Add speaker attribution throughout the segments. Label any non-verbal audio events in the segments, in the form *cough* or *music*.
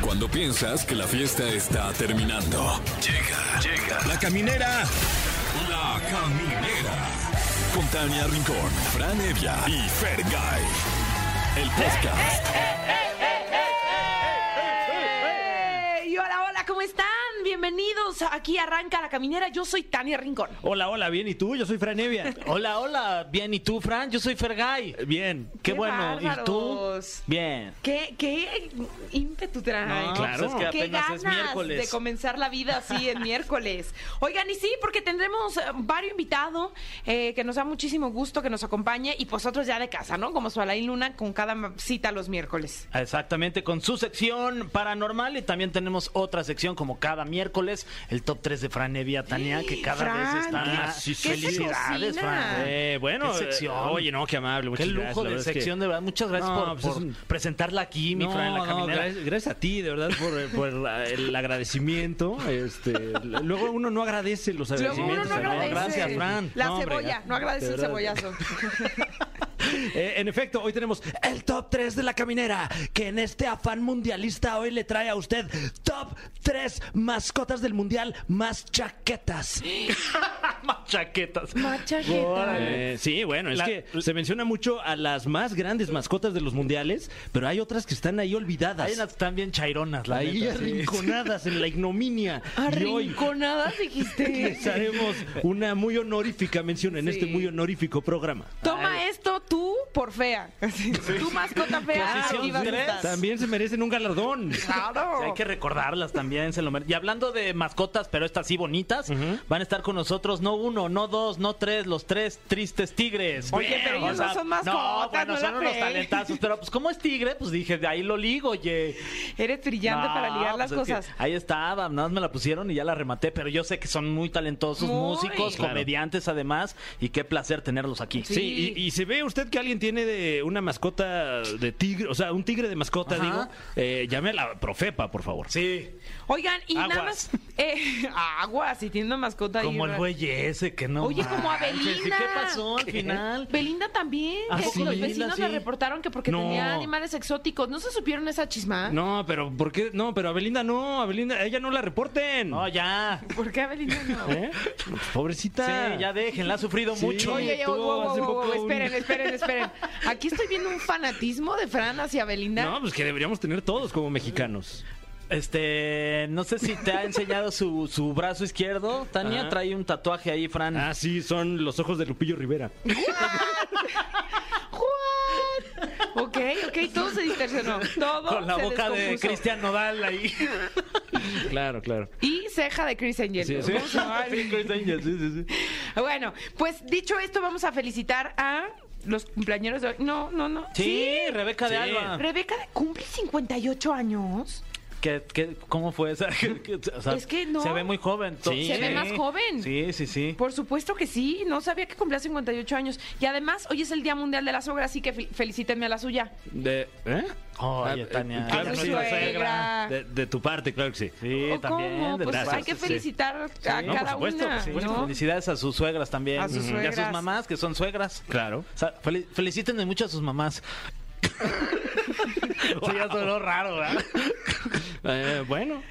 Speaker 1: Cuando piensas que la fiesta está terminando. Llega, llega. La caminera. La caminera. Con Tania Rincón, Fran Evia y Fergay. El podcast.
Speaker 2: ¡Ey! hola, hola, ¿cómo están? Bienvenidos. Aquí arranca la caminera. Yo soy Tania Rincón.
Speaker 3: Hola, hola, bien, ¿y tú? Yo soy Franevia.
Speaker 4: *laughs* Hola, hola, bien, ¿y tú, Fran? Yo soy Fergay.
Speaker 3: Bien.
Speaker 2: Qué
Speaker 4: Qué, bueno, ¿y
Speaker 2: bárbaros.
Speaker 4: tú? Bien.
Speaker 2: ¿Qué, qué ímpetu traen?
Speaker 4: No, claro.
Speaker 2: Pues
Speaker 4: es que
Speaker 2: qué
Speaker 4: apenas
Speaker 2: ganas
Speaker 4: es miércoles.
Speaker 2: de comenzar la vida así en
Speaker 4: *laughs*
Speaker 2: miércoles. Oigan, y sí, porque tendremos eh, varios invitados eh, que nos da muchísimo gusto que nos acompañe y pues otros ya de casa, ¿no? Como su Alain Luna con cada ma- cita los miércoles.
Speaker 4: Exactamente, con su sección paranormal y también tenemos otra sección como cada miércoles, el top 3 de Fran Evia, Tania, que cada
Speaker 2: Fran,
Speaker 4: vez está
Speaker 2: ¿qué-
Speaker 4: más.
Speaker 3: qué se
Speaker 4: Felicidades,
Speaker 2: cocina?
Speaker 4: Fran.
Speaker 3: Eh, bueno,
Speaker 4: Qué sección.
Speaker 3: eh, oye, no, qué amable.
Speaker 4: Qué
Speaker 3: muchas gracias,
Speaker 4: lujo
Speaker 3: la
Speaker 4: de
Speaker 3: verdad es que-
Speaker 4: sección, de verdad. Muchas gracias
Speaker 3: No,
Speaker 4: por,
Speaker 3: pues es
Speaker 4: por
Speaker 3: un-
Speaker 4: presentarla aquí, mi
Speaker 3: No,
Speaker 4: Fran, en la
Speaker 3: no,
Speaker 4: caminera.
Speaker 3: gracias, gracias a ti, de verdad, por, eh, por la- el agradecimiento. Este, luego uno no agradece los
Speaker 2: Luego uno
Speaker 3: agradecimientos.
Speaker 2: no
Speaker 3: ¿no?
Speaker 2: agradece.
Speaker 4: Gracias, Fran.
Speaker 2: La
Speaker 3: No, hombre,
Speaker 2: cebolla, no agradece
Speaker 3: de
Speaker 2: el
Speaker 3: verdad.
Speaker 2: cebollazo.
Speaker 4: *laughs*
Speaker 3: Eh, en efecto, hoy tenemos el top 3 de la caminera, que en este afán mundialista hoy le trae a usted top 3 mascotas del mundial más chaquetas.
Speaker 4: *laughs* Más chaquetas.
Speaker 2: Machaqueta.
Speaker 3: Eh, sí, bueno, es
Speaker 4: La-
Speaker 3: que se menciona mucho a las más grandes mascotas de los mundiales, pero hay otras que están ahí olvidadas.
Speaker 4: Hay unas también chaironas, la
Speaker 3: ahí
Speaker 4: neta, sí.
Speaker 3: arrinconadas en la ignominia. Y hoy
Speaker 2: Arrinconadas dijiste.
Speaker 4: *laughs*
Speaker 3: les haremos una muy honorífica mención en
Speaker 2: Sí.
Speaker 3: este muy honorífico programa.
Speaker 2: Toma esto tú por fea. Así, Tú mascota fea.
Speaker 4: Posición
Speaker 2: arriba
Speaker 4: tres.
Speaker 2: estás.
Speaker 3: También se merecen un galardón.
Speaker 2: Claro.
Speaker 4: Hay que recordarlas también, se lo mere- Y hablando de mascotas, pero estas sí bonitas, van a estar con nosotros no uno, no dos, no tres, los tres tristes tigres.
Speaker 2: Oye, pero ellos no son mascotas,
Speaker 4: No, bueno,
Speaker 2: no
Speaker 4: son
Speaker 2: la
Speaker 4: unos
Speaker 2: fe.
Speaker 4: talentazos. Pero pues, como es tigre? Pues dije, de ahí lo ligo, oye.
Speaker 2: Eres brillante
Speaker 4: No,
Speaker 2: para ligar las
Speaker 4: pues es que
Speaker 2: cosas.
Speaker 4: Ahí estaba, nada más me la pusieron y ya la rematé. Pero yo sé que son muy talentosos,
Speaker 2: Muy.
Speaker 4: músicos,
Speaker 3: Claro.
Speaker 4: comediantes además. Y qué placer tenerlos aquí.
Speaker 2: Sí.
Speaker 3: Sí, y, y se ve usted que alguien tiene de una mascota de tigre, o sea, un tigre de mascota,
Speaker 4: Ajá.
Speaker 3: digo, eh, llame a la profepa, por favor.
Speaker 4: Sí,
Speaker 2: Oigan, y nada más.
Speaker 4: Aguas.
Speaker 2: Eh, *laughs* aguas, y tiene mascota ahí,
Speaker 4: como el
Speaker 2: ¿verdad?
Speaker 4: güey ese que no.
Speaker 2: Oye, como
Speaker 4: manches, ¿y
Speaker 2: Abelina.
Speaker 4: ¿Qué pasó al final?
Speaker 2: Belinda también.
Speaker 4: Ah,
Speaker 2: que
Speaker 4: sí,
Speaker 2: los
Speaker 4: Belinda,
Speaker 2: vecinos le
Speaker 4: sí.
Speaker 2: reportaron que porque
Speaker 3: No.
Speaker 2: tenía animales exóticos. ¿No se supieron esa chisma?
Speaker 3: No, pero ¿por qué? No, pero a Belinda no, a Belinda, a ella no la reporten.
Speaker 4: No, ya.
Speaker 2: ¿Por qué a Belinda no?
Speaker 4: *laughs*
Speaker 3: ¿Eh? Pobrecita.
Speaker 4: Sí, ya déjenla, ha sufrido
Speaker 3: Sí.
Speaker 4: mucho.
Speaker 2: Oye, oye,
Speaker 3: Tuvo
Speaker 2: wow, wow,
Speaker 3: hace
Speaker 2: wow,
Speaker 3: poco
Speaker 2: wow,
Speaker 3: un-
Speaker 2: esperen, esperen, esperen. Aquí estoy viendo un fanatismo de Fran hacia Belinda.
Speaker 3: No, pues que deberíamos tener todos como mexicanos.
Speaker 4: Este, no sé si te ha enseñado su, su brazo izquierdo. Tania
Speaker 3: Ajá.
Speaker 4: trae un tatuaje ahí, Fran.
Speaker 3: Ah, sí, son los ojos de Lupillo
Speaker 4: *laughs*
Speaker 3: Rivera.
Speaker 2: What? Ok, ok, todo se distorsionó.
Speaker 4: *laughs*
Speaker 2: Todo
Speaker 4: con la
Speaker 2: se
Speaker 4: boca de
Speaker 2: descompuso.
Speaker 4: Cristian Nodal *laughs* ahí.
Speaker 3: Claro, claro.
Speaker 2: Y ceja de Chris Angel.
Speaker 3: Sí, sí.
Speaker 2: ¿Cómo se llama?
Speaker 4: *laughs* Sí, Chris Angel, sí, sí, sí.
Speaker 2: Bueno, pues dicho esto, vamos a felicitar a los cumpleaños de hoy. No, no, no.
Speaker 4: Sí, Rebeca de
Speaker 3: Sí.
Speaker 4: Alba.
Speaker 2: Rebeca cumple 58 años.
Speaker 4: ¿Qué, qué, cómo fue esa? *laughs* O sea,
Speaker 2: Es que no.
Speaker 4: Se ve muy joven. to-
Speaker 3: Sí.
Speaker 2: Se ve
Speaker 4: sí.
Speaker 2: más joven.
Speaker 4: Sí, sí, sí.
Speaker 2: Por supuesto que sí, no sabía que cumplía 58 años. Y además, hoy es el Día Mundial de la Sogra, así que fel- felicítenme a la suya.
Speaker 3: De, ¿Eh?
Speaker 4: Oye,
Speaker 3: Ah,
Speaker 4: Tania.
Speaker 3: eh,
Speaker 2: A
Speaker 3: Claro
Speaker 2: la
Speaker 3: que sí.
Speaker 2: suegra.
Speaker 3: De, de tu parte, claro que sí.
Speaker 4: Sí,
Speaker 2: ¿O
Speaker 4: también.
Speaker 2: cómo?
Speaker 4: de
Speaker 2: Pues
Speaker 4: verdad.
Speaker 2: hay que
Speaker 3: sí.
Speaker 2: felicitar a
Speaker 4: Sí,
Speaker 3: por
Speaker 2: cada
Speaker 3: supuesto,
Speaker 2: una.
Speaker 3: por
Speaker 4: Sí,
Speaker 2: ¿no?
Speaker 4: Felicidades a sus suegras también.
Speaker 2: A sus
Speaker 4: Ujú. Y a
Speaker 2: suegras.
Speaker 4: sus mamás, que son suegras.
Speaker 3: Claro.
Speaker 4: O sea, fel- felicítenme mucho a sus mamás. Eso ya sonó raro, ¿verdad?
Speaker 3: *laughs* Eh, bueno.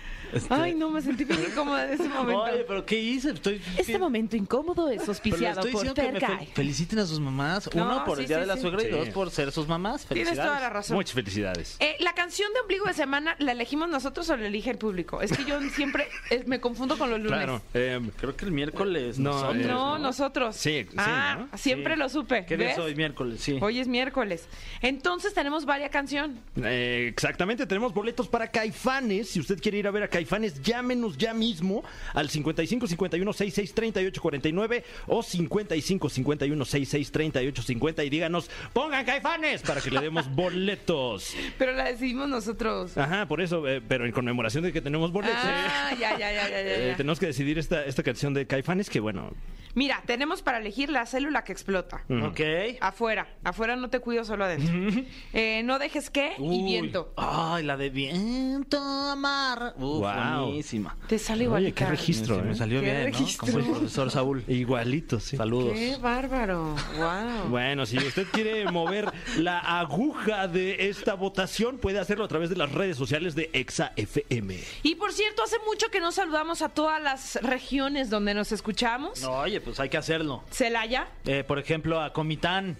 Speaker 2: Ay, no, me sentí bien incómoda en
Speaker 4: *laughs*
Speaker 2: ese momento.
Speaker 4: Oye, pero ¿qué hice? Estoy.
Speaker 2: Este momento incómodo es
Speaker 4: Pero le
Speaker 2: auspiciado
Speaker 4: estoy
Speaker 2: por
Speaker 4: diciendo que me fel-
Speaker 2: Fergay.
Speaker 4: feliciten a sus mamás.
Speaker 2: No,
Speaker 4: Uno, por
Speaker 2: sí,
Speaker 4: el día
Speaker 2: sí,
Speaker 4: de la
Speaker 2: sí.
Speaker 4: suegra
Speaker 3: Sí.
Speaker 4: y dos, por ser sus mamás.
Speaker 2: Tienes toda la
Speaker 4: Felicidades.
Speaker 2: razón.
Speaker 3: Muchas felicidades.
Speaker 2: Eh, la canción de ombligo de semana, ¿la elegimos nosotros o la elige el público? Es que yo siempre eh, me confundo con los lunes.
Speaker 3: Claro. eh,
Speaker 4: Creo que el miércoles.
Speaker 3: No,
Speaker 4: nosotros,
Speaker 2: No, nosotros.
Speaker 3: Sí, sí,
Speaker 2: Ah,
Speaker 3: ¿no?
Speaker 2: siempre
Speaker 4: Sí.
Speaker 2: lo supe.
Speaker 4: ¿Qué día
Speaker 2: ¿ves?
Speaker 4: es hoy? Miércoles, sí.
Speaker 2: Hoy es miércoles. Entonces tenemos varias canción.
Speaker 3: eh, exactamente, tenemos boletos para Caifanes. Si usted quiere ir a ver a Caifanes, llámenos ya mismo al 55 51 66 38 49 o 55 51 66 38 50 y díganos, pongan Caifanes para que le demos *laughs* boletos.
Speaker 2: Pero la decidimos nosotros.
Speaker 4: Ah,
Speaker 3: Ajá, por eso, eh, pero en conmemoración de que tenemos boletos.
Speaker 2: Ah, ya, ya, ya, ya, ya,
Speaker 3: eh,
Speaker 2: ya.
Speaker 3: tenemos que decidir esta, esta canción de Caifanes que bueno,
Speaker 2: Mira, tenemos para elegir la célula que explota.
Speaker 4: Mm.
Speaker 5: Ok.
Speaker 2: Afuera, afuera no te cuido solo adentro. Eh, no dejes que y
Speaker 5: Uy.
Speaker 2: viento.
Speaker 5: Ay, la de viento amar. Uf,
Speaker 3: Guau.
Speaker 5: buenísima.
Speaker 2: Te sale igual.
Speaker 3: Oye, qué registro,
Speaker 5: Sí,
Speaker 3: ¿eh?
Speaker 5: Me salió
Speaker 2: Qué
Speaker 5: bien, ¿no?
Speaker 2: registro.
Speaker 5: Como el profesor
Speaker 4: *laughs*
Speaker 5: Saúl.
Speaker 3: Igualito, sí.
Speaker 5: Saludos.
Speaker 2: Qué bárbaro. Wow.
Speaker 3: Bueno, si usted quiere mover la aguja de esta votación, puede hacerlo a través de las redes sociales de Exa FM.
Speaker 2: Y por cierto, hace mucho que no saludamos a todas las regiones donde nos escuchamos.
Speaker 5: No, oye, pues hay que hacerlo.
Speaker 2: Celaya,
Speaker 5: Eh, por ejemplo, a Comitán.
Speaker 3: A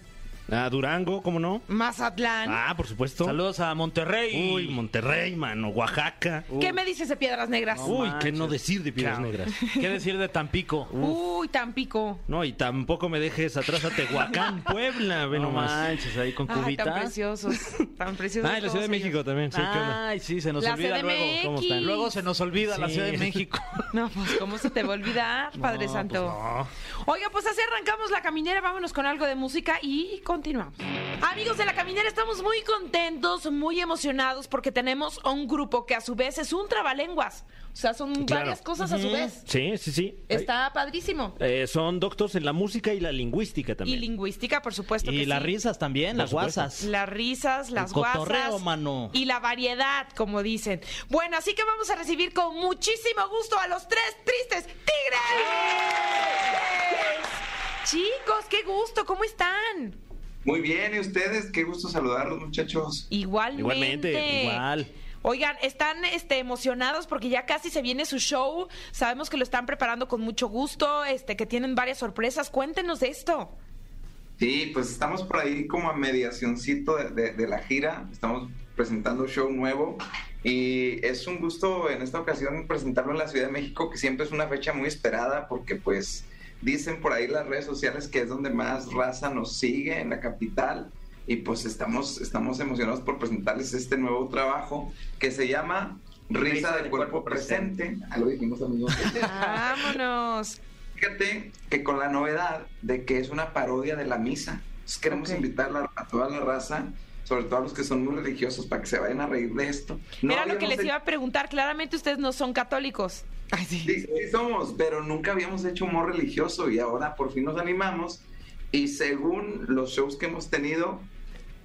Speaker 3: Ah, Durango, ¿cómo no?
Speaker 2: Mazatlán.
Speaker 3: Ah, por supuesto.
Speaker 5: Saludos a Monterrey.
Speaker 3: Uy, Monterrey, mano, Oaxaca.
Speaker 2: ¿Qué me dices de Piedras Negras?
Speaker 5: No
Speaker 3: Uy,
Speaker 5: manches.
Speaker 3: qué uh. no decir de Piedras
Speaker 5: Chao.
Speaker 3: Negras.
Speaker 5: *laughs* ¿Qué decir de Tampico?
Speaker 2: Uy, Tampico.
Speaker 3: No, y tampoco me dejes atrás
Speaker 5: *laughs*
Speaker 3: a Tehuacán, Puebla, ve
Speaker 5: no
Speaker 3: nomás.
Speaker 5: manches, ahí con
Speaker 2: Ay,
Speaker 5: cubitas.
Speaker 2: tan preciosos.
Speaker 3: *laughs*
Speaker 2: Tan preciosos.
Speaker 3: Ah, y la
Speaker 2: todos ellos.
Speaker 3: Ciudad de México también. Sí, ¿qué onda?
Speaker 5: Ay, sí, se nos
Speaker 2: La
Speaker 5: olvida luego.
Speaker 2: CDMX.
Speaker 5: ¿Cómo están? Luego se nos olvida la
Speaker 3: Sí.
Speaker 5: Ciudad de México.
Speaker 4: *laughs*
Speaker 2: No, pues, ¿cómo se te va a olvidar, Padre
Speaker 5: No,
Speaker 2: Santo? Oiga, pues así arrancamos la caminera, vámonos con algo de música y continuamos. Amigos de la caminera, estamos muy contentos, muy emocionados porque tenemos un grupo que a su vez es un trabalenguas. O sea, son
Speaker 3: Claro.
Speaker 2: varias cosas a su vez.
Speaker 3: Sí, sí, sí.
Speaker 2: Está padrísimo.
Speaker 3: Eh, son doctores en la música y la lingüística
Speaker 2: Y
Speaker 3: también.
Speaker 2: lingüística, por supuesto.
Speaker 4: Y
Speaker 2: que
Speaker 4: las
Speaker 2: sí.
Speaker 4: risas también, las
Speaker 3: supuesto.
Speaker 4: guasas.
Speaker 2: Las risas, las
Speaker 4: cotorreo,
Speaker 2: guasas
Speaker 4: mano.
Speaker 2: y la variedad, como dicen. Bueno, así que vamos a recibir con muchísimo gusto a los tres tristes tigres. Chicos, qué gusto, ¿cómo están?
Speaker 6: Muy bien, ¿y ustedes? Qué gusto saludarlos, muchachos.
Speaker 2: Igualmente.
Speaker 3: Igualmente, igual.
Speaker 2: Oigan, están este, emocionados porque ya casi se viene su show. Sabemos que lo están preparando con mucho gusto, este, que tienen varias sorpresas. Cuéntenos de esto.
Speaker 6: Sí, pues estamos por ahí como a mediacioncito de, de- de la gira. Estamos presentando un show nuevo y es un gusto en esta ocasión presentarlo en la Ciudad de México, que siempre es una fecha muy esperada porque pues dicen por ahí las redes sociales que es donde más raza nos sigue en la capital y pues estamos, estamos emocionados por presentarles este nuevo trabajo que se llama Risa, del, Cuerpo, Presente. Ah, lo dijimos *laughs* amigos.
Speaker 2: Vámonos.
Speaker 6: Fíjate que con la novedad de que es una parodia de la misa. Entonces, queremos
Speaker 2: Ok.
Speaker 6: invitar a- a toda la raza, sobre todo a los que son muy religiosos, para que se vayan a reír de esto. No
Speaker 2: Era lo que
Speaker 6: habíamos
Speaker 2: les iba
Speaker 6: hecho-
Speaker 2: a preguntar. Claramente ustedes no son católicos. Ay,
Speaker 6: Sí, sí somos, pero nunca habíamos hecho humor religioso y ahora por fin nos animamos. Y según los shows que hemos tenido,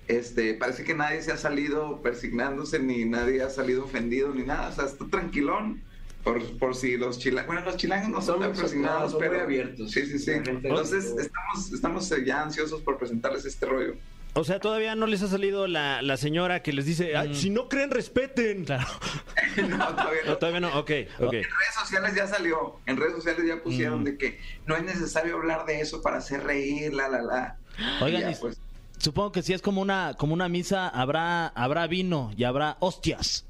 Speaker 6: este, parece que nadie se ha salido persignándose, ni nadie ha salido ofendido, ni nada. O sea, está tranquilón. Por, por si los chilangos, bueno, los chilangos no son tan persignados, pero abiertos. Sí, sí, sí. Entonces, estamos, estamos eh, ya ansiosos por presentarles este rollo. *laughs*
Speaker 3: O sea, todavía no les ha salido la, la señora que les dice,
Speaker 4: Mm.
Speaker 3: "Ay, si no creen, respeten. Claro.
Speaker 6: no, todavía no.
Speaker 3: No, *laughs* todavía no, ok, ok.
Speaker 6: En redes sociales ya salió, en redes sociales ya
Speaker 4: Mm.
Speaker 6: pusieron de que no es necesario hablar de eso para hacer reír, la, la, la.
Speaker 4: Oigan,
Speaker 6: Y ya,
Speaker 4: y-
Speaker 6: pues,
Speaker 4: Supongo que si es como una, como una misa, habrá, habrá vino y habrá hostias.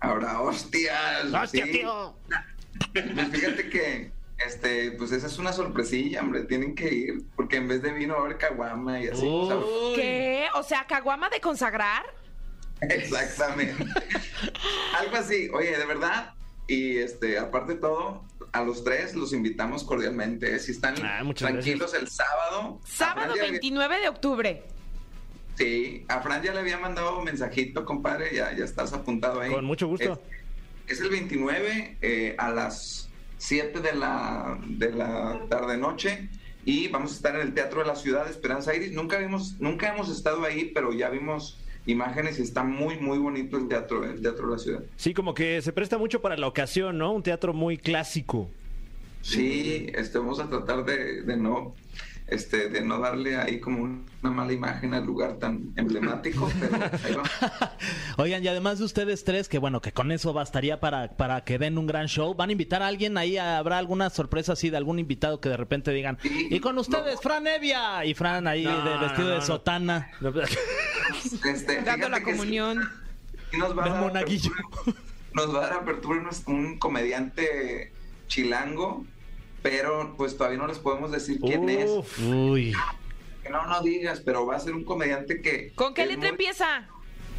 Speaker 6: Ahora, hostias.
Speaker 4: ¡Hostia,
Speaker 6: sí.
Speaker 4: tío!
Speaker 6: Pues fíjate que, este, pues esa es una sorpresilla, hombre. Tienen que ir, porque en vez de vino va a haber caguama y así. o sea,
Speaker 2: ¿Qué? O sea, caguama de consagrar.
Speaker 4: *laughs*
Speaker 6: exactamente. Algo así, oye, de verdad. Y este, aparte de todo, a los tres los invitamos cordialmente. ¿eh? Si están
Speaker 3: Ah, muchas
Speaker 6: tranquilos el sábado. a
Speaker 2: Sábado
Speaker 6: Fran ya le-
Speaker 2: 29 de octubre.
Speaker 6: Sí, a Fran ya le había mandado un mensajito, compadre. Ya, ya estás apuntado ahí.
Speaker 3: Con mucho gusto.
Speaker 6: Este, Es el 29 eh, a las 7 de la, de la tarde-noche y vamos a estar en el Teatro de la Ciudad de Esperanza Iris. Nunca, vimos, nunca hemos estado ahí, pero ya vimos imágenes y está muy, muy bonito el teatro, el Teatro de la Ciudad.
Speaker 3: Sí, como que se presta mucho para la ocasión, ¿no? Un teatro muy clásico.
Speaker 6: Sí, este, vamos a tratar de, de no... Este, de no darle ahí como una mala imagen al lugar tan emblemático, pero ahí
Speaker 2: *laughs*
Speaker 6: vamos.
Speaker 4: Oigan, y además de ustedes tres, que bueno, que con eso bastaría para, para que den un gran show, ¿van a invitar a alguien ahí? ¿Habrá alguna sorpresa así de algún invitado que de repente digan,
Speaker 6: Sí,
Speaker 4: y con
Speaker 6: no.
Speaker 4: ustedes, Fran Evia? Y Fran ahí
Speaker 3: No,
Speaker 4: de vestido
Speaker 3: no,
Speaker 4: de
Speaker 3: no.
Speaker 4: sotana.
Speaker 6: Este,
Speaker 2: Dando
Speaker 6: fíjate
Speaker 2: la
Speaker 6: que sí.
Speaker 2: comunión.
Speaker 6: Y nos va a
Speaker 4: Del
Speaker 6: dar
Speaker 4: monaguillo.
Speaker 6: apertura- nos va a dar apertura unos- un comediante chilango, pero pues todavía no les podemos decir *laughs* quién es.
Speaker 3: Uf.
Speaker 4: Uy.
Speaker 6: Que no, no digas, pero va a ser un comediante que...
Speaker 2: ¿Con qué
Speaker 6: es
Speaker 2: letra
Speaker 6: muy-
Speaker 2: empieza?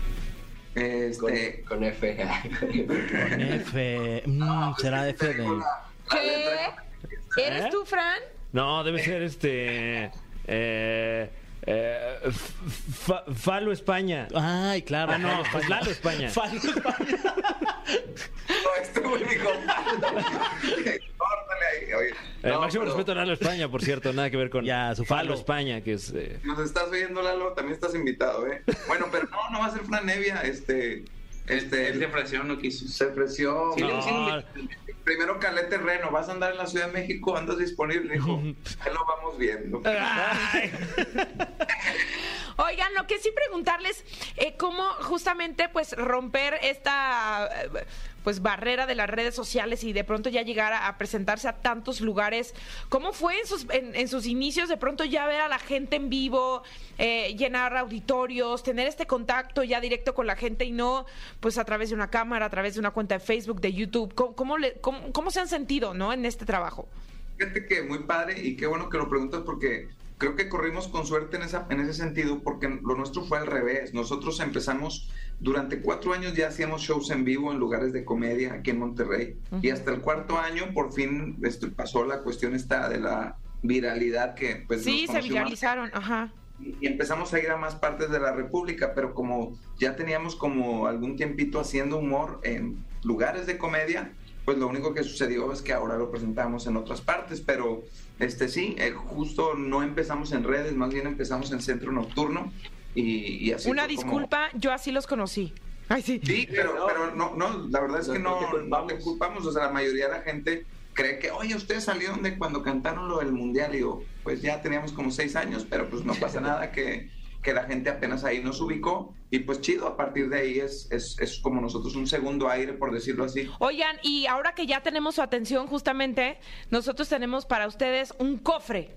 Speaker 6: *laughs* Este,
Speaker 7: con F.
Speaker 4: Con F. Mm, será F de.
Speaker 6: Ah,
Speaker 2: ¿Qué? ¿Eres
Speaker 3: ¿Eh?
Speaker 2: tú, Fran?
Speaker 3: No, debe ser este. Eh, eh, F- Fa- Falo España.
Speaker 4: Ay, claro.
Speaker 3: Ah, no,
Speaker 4: Falo
Speaker 3: pues Lalo
Speaker 4: *laughs*
Speaker 3: España.
Speaker 4: Falo España.
Speaker 6: no, este güey dijo, *laughs* córtale ahí, oye.
Speaker 3: El
Speaker 6: No,
Speaker 3: Eh, máximo
Speaker 6: pero-
Speaker 3: respeto a Lalo España, por cierto, nada que ver con
Speaker 4: Ya, su
Speaker 3: Falo
Speaker 4: falo.
Speaker 3: España, que es... eh,
Speaker 6: Si nos estás viendo, Lalo, también estás invitado, ¿eh? Bueno, pero no, no va a ser Fran Nevia, este... Este,
Speaker 7: Él se ofreció, no quiso.
Speaker 6: se ofreció.
Speaker 7: Sí,
Speaker 6: No.
Speaker 7: sí, no.
Speaker 6: Primero calé terreno, vas a andar en la Ciudad de México, andas disponible, dijo. Ahí lo vamos viendo.
Speaker 2: Oigan, lo que sí preguntarles, eh, cómo justamente pues romper esta eh, pues barrera de las redes sociales y de pronto ya llegar a, a presentarse a tantos lugares. ¿Cómo fue en sus, en, en sus inicios de pronto ya ver a la gente en vivo, eh, llenar auditorios, tener este contacto ya directo con la gente y no pues a través de una cámara, a través de una cuenta de Facebook, de YouTube? ¿Cómo, cómo le- cómo- cómo se han sentido no en este trabajo?
Speaker 6: Fíjate que muy padre y qué bueno que lo preguntas porque creo que corrimos con suerte en, esa, en ese sentido porque lo nuestro fue al revés. Nosotros empezamos durante cuatro años ya hacíamos shows en vivo en lugares de comedia aquí en Monterrey y hasta el cuarto año por fin este, pasó la cuestión esta de la viralidad que pues
Speaker 2: Sí,
Speaker 6: nos
Speaker 2: se
Speaker 6: conoció más
Speaker 2: viralizaron, ajá.
Speaker 6: y empezamos a ir a más partes de la República, pero como ya teníamos como algún tiempito haciendo humor en lugares de comedia, pues lo único que sucedió es que ahora lo presentamos en otras partes, pero este sí, eh, justo no empezamos en redes, más bien empezamos en centro nocturno y, y así.
Speaker 2: Una
Speaker 6: fue como-
Speaker 2: disculpa, yo así los conocí. Ay, sí.
Speaker 6: Sí,
Speaker 7: *laughs*
Speaker 6: pero,
Speaker 7: no.
Speaker 6: pero no, no, la verdad es
Speaker 7: No,
Speaker 6: que
Speaker 7: no
Speaker 6: no,
Speaker 7: te
Speaker 6: no
Speaker 7: culpamos.
Speaker 6: te culpamos. O sea, la mayoría de la gente cree que, oye, ustedes salieron de cuando cantaron lo del mundial. Y digo, pues ya teníamos como seis años, pero pues
Speaker 7: *laughs*
Speaker 6: no pasa nada que, que la gente apenas ahí nos ubicó. Y pues chido, a partir de ahí es, es, es como nosotros un segundo aire, por decirlo así.
Speaker 2: Oigan, y ahora que ya tenemos su atención justamente, nosotros tenemos para ustedes un cofre.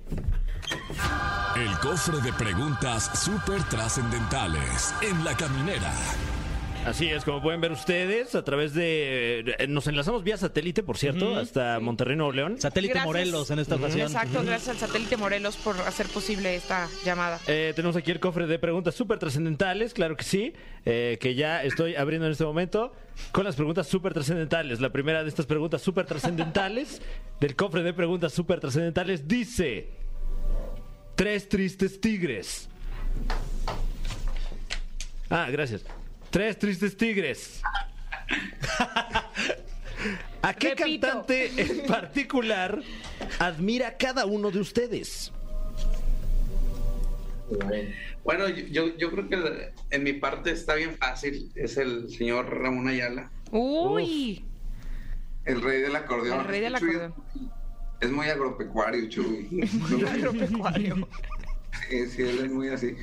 Speaker 1: El cofre de preguntas súper trascendentales en la caminera.
Speaker 3: Así es, como pueden ver ustedes, a través de... eh, Nos enlazamos vía satélite, por cierto, hasta Monterrey, Nuevo León.
Speaker 4: Satélite
Speaker 2: Gracias.
Speaker 4: Morelos en esta
Speaker 2: Ujú.
Speaker 4: ocasión.
Speaker 2: Exacto, gracias al satélite Morelos por hacer posible esta llamada.
Speaker 3: Eh, tenemos aquí el cofre de preguntas súper trascendentales, claro que sí, eh, que ya estoy abriendo en este momento con las preguntas súper trascendentales. La primera de estas preguntas súper trascendentales del cofre de preguntas súper trascendentales dice: Tres tristes tigres. Ah, gracias. Tres tristes tigres. *laughs* ¿A qué
Speaker 2: Repito.
Speaker 3: cantante en particular admira cada uno de ustedes?
Speaker 7: Bueno, yo, yo- yo creo que el- en mi parte está bien fácil. Es el señor Ramón Ayala.
Speaker 2: Uy,
Speaker 6: El rey del acordeón.
Speaker 2: El rey del
Speaker 6: Chuy es-
Speaker 2: acordeón.
Speaker 6: Es muy agropecuario, Chuy.
Speaker 2: agropecuario.
Speaker 6: Sí, sí, él es muy así.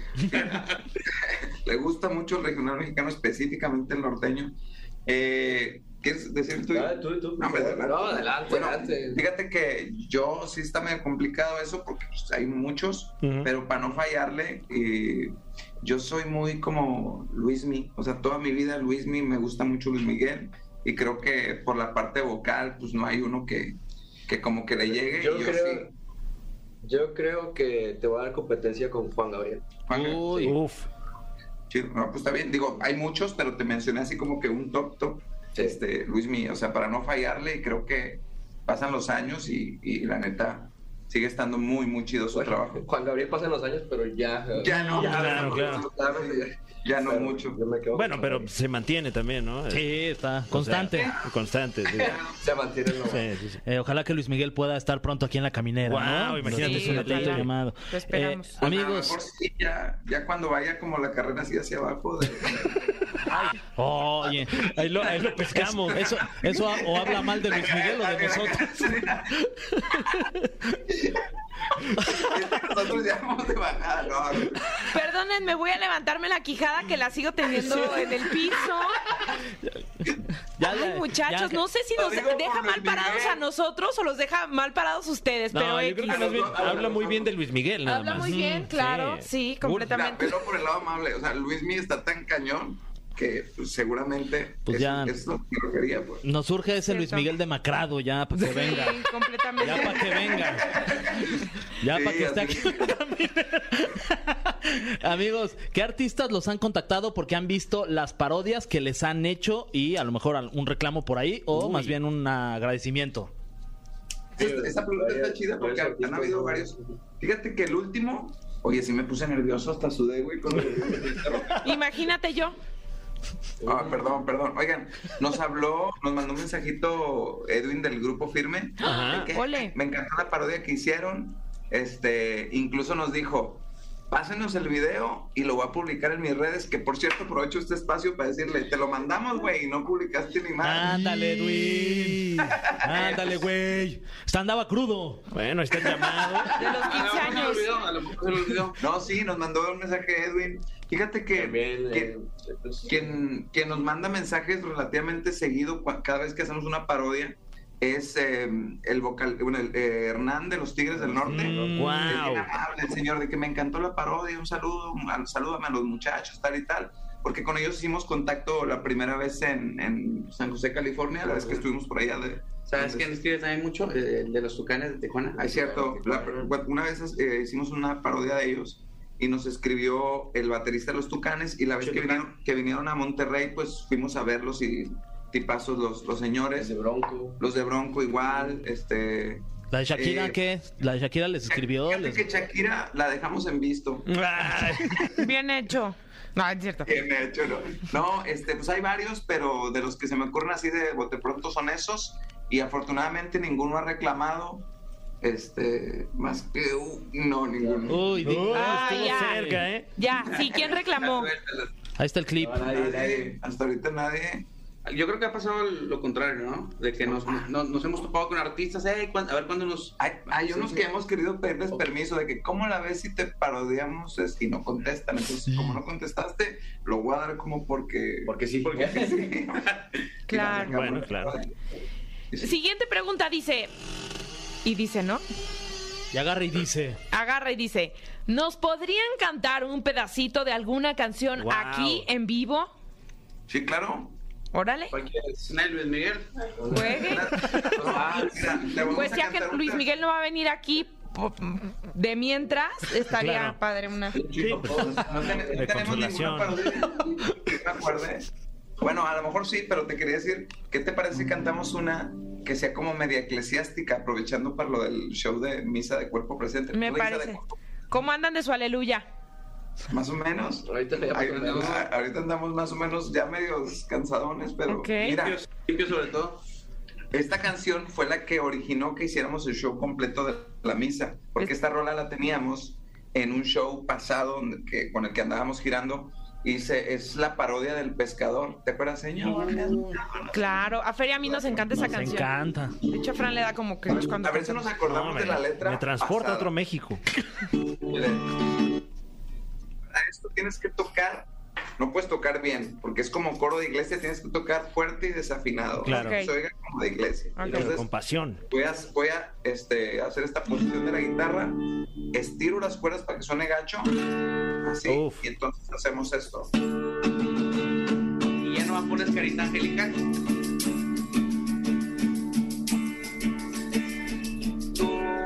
Speaker 6: Le gusta mucho el regional mexicano, específicamente el norteño. Eh, ¿Quieres decir tú?
Speaker 7: Ah, tú, tú, por
Speaker 6: No,
Speaker 7: favor.
Speaker 6: hombre, adelante.
Speaker 7: No, adelante,
Speaker 6: Bueno,
Speaker 7: adelante.
Speaker 6: Fíjate que yo sí está medio complicado eso porque pues, hay muchos,
Speaker 3: Ujú.
Speaker 6: pero para no fallarle, eh, yo soy muy como Luismi. O sea, toda mi vida Luismi me gusta mucho Luis Miguel y creo que por la parte vocal, pues no hay uno que, que como que le llegue.
Speaker 8: Yo
Speaker 6: y yo
Speaker 8: creo-
Speaker 6: sí.
Speaker 8: Yo creo que te voy a dar competencia con Juan Gabriel.
Speaker 6: Juan,
Speaker 3: Uf.
Speaker 6: Chido. No, pues está bien. Digo, hay muchos, pero te mencioné así como que un top top.
Speaker 8: Sí.
Speaker 6: Este, Luis mío, o sea, para no fallarle, y creo que pasan los años y, y la neta sigue estando muy, muy chido su
Speaker 8: Bueno,
Speaker 6: trabajo.
Speaker 8: Juan Gabriel pasan los años, pero ya. eh,
Speaker 6: Ya no,
Speaker 3: Ya,
Speaker 6: claro,
Speaker 3: claro,
Speaker 6: claro, ya, ya no
Speaker 8: pero
Speaker 6: mucho.
Speaker 8: yo me quedo con
Speaker 3: Bueno,
Speaker 8: Juan
Speaker 3: pero
Speaker 8: Gabriel.
Speaker 3: se mantiene también, ¿no?
Speaker 4: Sí, está constante.
Speaker 3: O sea, constante, sí.
Speaker 8: Se mantiene lo
Speaker 3: Sí, sí, sí.
Speaker 4: Eh, ojalá que Luis Miguel pueda estar pronto aquí en la caminera.
Speaker 3: Guau,
Speaker 4: ¿no?
Speaker 3: imagínate,
Speaker 4: Nos-
Speaker 3: es un
Speaker 4: nos-
Speaker 2: atleta.
Speaker 4: nos- llamado.
Speaker 2: Lo esperamos.
Speaker 4: Eh,
Speaker 6: Pues a lo mejor
Speaker 4: amigos,
Speaker 6: sí, ya, ya cuando vaya como la carrera así hacia abajo, de-
Speaker 4: oye,
Speaker 3: Ahí lo, ahí lo pescamos.
Speaker 4: pescamos. Eso, eso ha- o habla mal de Luis
Speaker 6: *laughs*
Speaker 4: Miguel o de nosotros.
Speaker 6: nosotros ya vamos de bajada, no.
Speaker 2: Perdónenme, voy a levantarme la quijada que la sigo teniendo en el piso. *laughs*
Speaker 4: Ya,
Speaker 2: Ay,
Speaker 4: ya,
Speaker 2: muchachos,
Speaker 4: ya.
Speaker 2: no sé si nos
Speaker 6: Lo digo
Speaker 2: deja
Speaker 6: por
Speaker 2: mal
Speaker 6: Luis
Speaker 2: parados
Speaker 6: Miguel.
Speaker 2: a nosotros o los deja mal parados ustedes,
Speaker 3: No,
Speaker 2: pero
Speaker 3: yo creo
Speaker 2: X.
Speaker 3: que más bien
Speaker 6: Habla-
Speaker 3: habla muy bien de Luis Miguel, nada
Speaker 2: Habla
Speaker 3: más.
Speaker 2: muy bien,
Speaker 3: Mm,
Speaker 2: claro, sí, completamente.
Speaker 6: Pero por el lado amable. O sea, Luis Mí está tan cañón que pues, seguramente
Speaker 4: Pues
Speaker 6: es,
Speaker 4: ya.
Speaker 6: es lo que lo quería, pues.
Speaker 4: Nos surge ese Luis
Speaker 2: Cierto.
Speaker 4: Miguel demacrado ya para que venga.
Speaker 2: Sí, completamente.
Speaker 4: Ya para que venga. Ya
Speaker 6: Sí,
Speaker 4: para que esté
Speaker 6: así.
Speaker 4: aquí. *laughs* Amigos, ¿qué artistas los han contactado porque han visto las parodias que les han hecho y a lo mejor al- un reclamo por ahí o
Speaker 3: Uy.
Speaker 4: más bien un agradecimiento?
Speaker 6: Esta, esta pregunta está chida porque
Speaker 8: varios
Speaker 6: han habido
Speaker 8: artistas,
Speaker 6: varios. Fíjate que
Speaker 2: *laughs*
Speaker 6: el último. Oye, sí me puse nervioso hasta sudé, güey. Con
Speaker 2: Imagínate yo.
Speaker 6: Ah, perdón, perdón. Oigan, nos habló, nos mandó un mensajito Edwin del grupo Firme.
Speaker 2: Ajá.
Speaker 6: de que,
Speaker 2: Ole.
Speaker 6: Me encantó la parodia que hicieron. Este, incluso nos dijo, pásenos el video y lo voy a publicar en mis redes. Que por cierto, aprovecho este espacio para decirle, te lo mandamos, güey, y no publicaste ni más.
Speaker 4: Ándale, Edwin. Ándale, güey. Está andaba crudo.
Speaker 3: Bueno, ahí está el llamado.
Speaker 2: De los
Speaker 7: A lo
Speaker 2: 15
Speaker 7: mejor se le
Speaker 2: años.
Speaker 7: olvidó, a lo mejor se le olvidó.
Speaker 6: No, sí, nos mandó un mensaje Edwin. Fíjate que,
Speaker 8: También,
Speaker 6: que-
Speaker 8: eh, pues,
Speaker 6: quien, quien nos manda mensajes relativamente seguido cua- cada vez que hacemos una parodia es eh, el vocal bueno, el, eh, Hernán de los Tigres del Norte.
Speaker 3: Mm,
Speaker 6: Es bien
Speaker 3: wow.
Speaker 6: amable el señor de que me encantó la parodia, un saludo, un- al- salúdame a los muchachos, tal y tal. Porque con ellos hicimos contacto la primera vez en, en San José, California, la vez que estuvimos por allá. De,
Speaker 7: ¿Sabes quién escribe también mucho? Eh, El de los tucanes de Tijuana.
Speaker 6: Ah, Es cierto, la- una vez eh, hicimos una parodia de ellos y nos escribió el baterista de los Tucanes y la vez que vinieron, que vinieron a Monterrey, pues fuimos a verlos y tipazos los, los
Speaker 8: de
Speaker 6: señores,
Speaker 8: Bronco.
Speaker 6: los de Bronco igual, este...
Speaker 4: ¿La de Shakira
Speaker 6: Eh,
Speaker 4: qué? ¿La de Shakira les escribió?
Speaker 6: Fíjate
Speaker 4: les-
Speaker 6: que Shakira la dejamos en visto.
Speaker 2: Bien hecho. No, es cierto.
Speaker 6: Bien hecho, ¿no? No, este, pues hay varios, pero de los que se me ocurren así de bote pronto son esos. Y afortunadamente ninguno ha reclamado. Este, más que. u- no, ninguno.
Speaker 4: Uy, di-
Speaker 3: Uy,
Speaker 2: Ah,
Speaker 3: estuvo
Speaker 2: ya.
Speaker 3: cerca, ¿eh?
Speaker 2: Ya, sí, ¿quién reclamó?
Speaker 4: ahí está el clip.
Speaker 8: No, nadie,
Speaker 6: Nadie,
Speaker 8: nadie.
Speaker 6: hasta ahorita nadie. Ah.
Speaker 7: Yo creo que ha pasado lo contrario, ¿no? De que nos, no- nos hemos topado con artistas, "Ey, ¿cuán- a ver cuándo nos...
Speaker 6: Hay, hay unos
Speaker 7: sí.
Speaker 6: que hemos querido pedirles permiso de que, ¿cómo la ves si te parodiamos es, y no contestan? Entonces, como no contestaste, lo voy a dar como porque.
Speaker 8: Porque sí.
Speaker 6: porque sí. *laughs*
Speaker 2: Claro.
Speaker 3: Bueno, claro.
Speaker 2: Siguiente pregunta dice. Y dice, ¿no?
Speaker 4: Y agarra y dice.
Speaker 2: Agarra y dice: ¿Nos podrían cantar un pedacito de alguna canción
Speaker 4: Wow.
Speaker 2: aquí en vivo?
Speaker 6: Sí, claro.
Speaker 2: Órale,
Speaker 7: Cualquier escena de Luis Miguel.
Speaker 2: juegue.
Speaker 6: Ah, mira, te vamos
Speaker 2: Pues
Speaker 6: a
Speaker 2: ya que
Speaker 6: cantar un
Speaker 2: Luis
Speaker 6: pe-
Speaker 2: Miguel no va a venir aquí, po- de mientras estaría
Speaker 4: Claro.
Speaker 2: padre una.
Speaker 6: Chico, no, ten- no tenemos
Speaker 3: consolación.
Speaker 6: ninguna parodia. que me acuerde. Bueno, a lo mejor sí, pero te quería decir, ¿qué te parece si cantamos una que sea como media eclesiástica, aprovechando para lo del show de misa de cuerpo presente?
Speaker 2: Me
Speaker 6: Misa de
Speaker 2: parece.
Speaker 6: cuerpo,
Speaker 2: ¿Cómo andan de su aleluya?
Speaker 6: Más o menos.
Speaker 8: Ahorita le
Speaker 6: Ahí-
Speaker 8: aprendemos.
Speaker 6: a- ahorita andamos más o menos ya medios cansadones, pero
Speaker 2: Ok.
Speaker 6: mira,
Speaker 7: Limpios, limpios sobre todo.
Speaker 6: esta canción fue la que originó que hiciéramos el show completo de la misa, porque
Speaker 2: Es-
Speaker 6: esta rola la teníamos en un show pasado donde- que, con el que andábamos girando y se, es la parodia del pescador, ¿te acuerdas, señor?
Speaker 2: Claro, a Feria a mí nos encanta esa
Speaker 4: Nos
Speaker 2: canción.
Speaker 4: encanta.
Speaker 2: De hecho, a Fran le da como cringe cuando.
Speaker 6: A ver si nos acordamos
Speaker 3: No, me,
Speaker 6: de la letra.
Speaker 3: me transporta a
Speaker 6: pasada.
Speaker 3: otro México.
Speaker 6: Para esto tienes que tocar, no puedes tocar bien, porque es como coro de iglesia, tienes que tocar fuerte y desafinado.
Speaker 3: Claro.
Speaker 6: Que Se oiga como de iglesia.
Speaker 2: Ok.
Speaker 3: Pero
Speaker 6: Entonces,
Speaker 3: con pasión.
Speaker 6: voy a, voy a, este, hacer esta posición de la guitarra, estiro las cuerdas para que suene gacho, así,
Speaker 3: Uf.
Speaker 6: y entonces hacemos esto.
Speaker 7: Y ya no va a poner carita angelical.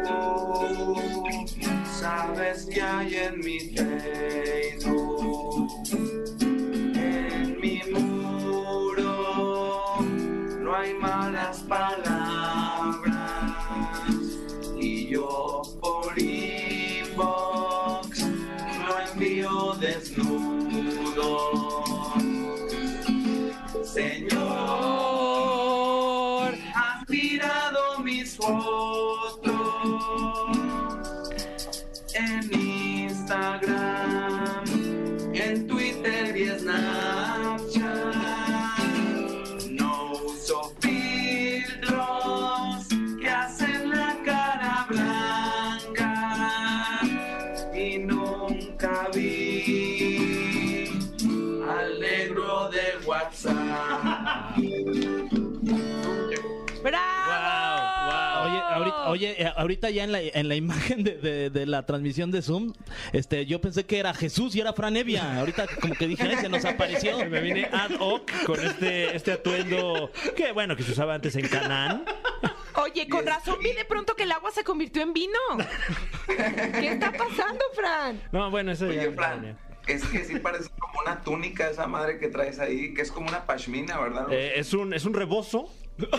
Speaker 6: Tú sabes que hay en mi reino, en mi muro, no hay malas palabras. Y yo por inbox no envío desnudo. Señor, has mirado mis fotos en Instagram, en Twitter y Snapchat. No uso filtros que hacen la cara blanca y nunca vi al negro del WhatsApp.
Speaker 2: ¡Bravo!
Speaker 4: Oye,
Speaker 3: Oh.
Speaker 4: ahorita, oye, eh, ahorita ya en la, en la imagen de, de- de la transmisión de Zoom, este, yo pensé que era Jesús y era Fran Evia. Ahorita como que dije, "Ay, se nos apareció.
Speaker 3: *laughs* Me vine ad hoc con este, este atuendo que, bueno, que se usaba antes en Canaán.
Speaker 2: Oye, con razón vi de pronto que el agua se convirtió en vino. ¿Qué está pasando, Fran?
Speaker 3: No, bueno, eso
Speaker 6: Oye,
Speaker 3: ya...
Speaker 6: Fran, es que sí parece como una túnica esa madre que traes ahí, que es como una pashmina, ¿verdad?
Speaker 3: Eh, es, un, es un
Speaker 6: *laughs*
Speaker 3: rebozo.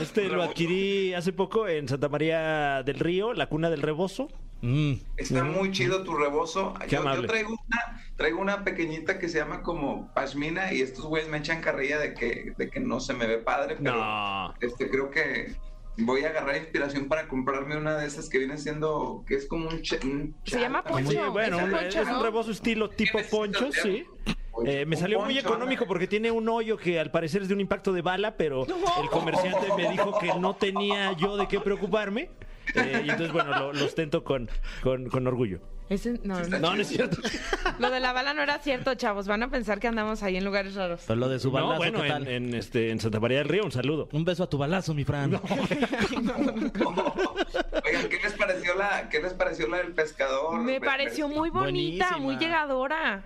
Speaker 3: Este lo adquirí hace poco en Santa María del Río, la cuna del rebozo. Mm.
Speaker 6: Está muy chido tu rebozo. Yo- Yo,
Speaker 3: amable.
Speaker 6: traigo una, traigo una pequeñita que se llama como pashmina y estos güeyes me echan carrilla de que, de que no se me ve padre, pero
Speaker 3: No.
Speaker 6: este, creo que voy a agarrar inspiración para comprarme una de esas que viene siendo, que es como un... che- un
Speaker 2: Se llama
Speaker 6: chal-
Speaker 2: poncho.
Speaker 3: Sí,
Speaker 2: Poncho,
Speaker 3: bueno, ¿eh?
Speaker 2: es un
Speaker 3: un-
Speaker 2: poncho,
Speaker 3: es un
Speaker 2: ¿no?
Speaker 3: rebozo estilo tipo
Speaker 6: ¿Tienes
Speaker 3: poncho,
Speaker 6: esta
Speaker 3: sí.
Speaker 6: Poncho.
Speaker 3: Eh, me
Speaker 6: Un
Speaker 3: salió muy
Speaker 6: poncho,
Speaker 3: económico
Speaker 6: ándale.
Speaker 3: porque tiene un hoyo que al parecer es de un impacto de bala, pero el comerciante me dijo que no tenía yo de qué preocuparme. Eh, y entonces, bueno, lo, lo ostento con, con, con orgullo.
Speaker 2: Ese- no, no.
Speaker 3: No, no es cierto.
Speaker 2: Lo de la bala no era cierto, chavos. Van a pensar que andamos ahí en lugares raros.
Speaker 4: Pero lo de su balazo,
Speaker 3: No, bueno,
Speaker 4: ¿qué
Speaker 3: en,
Speaker 4: tal?
Speaker 3: en, este, en Santa María del Río, un saludo.
Speaker 4: Un beso a tu balazo, mi Fran.
Speaker 6: Oigan, ¿qué les pareció la, qué les pareció la del pescador? Pues,
Speaker 2: Me
Speaker 6: Ve- ve-
Speaker 2: pareció muy bonita,
Speaker 4: Buenísima.
Speaker 2: muy llegadora.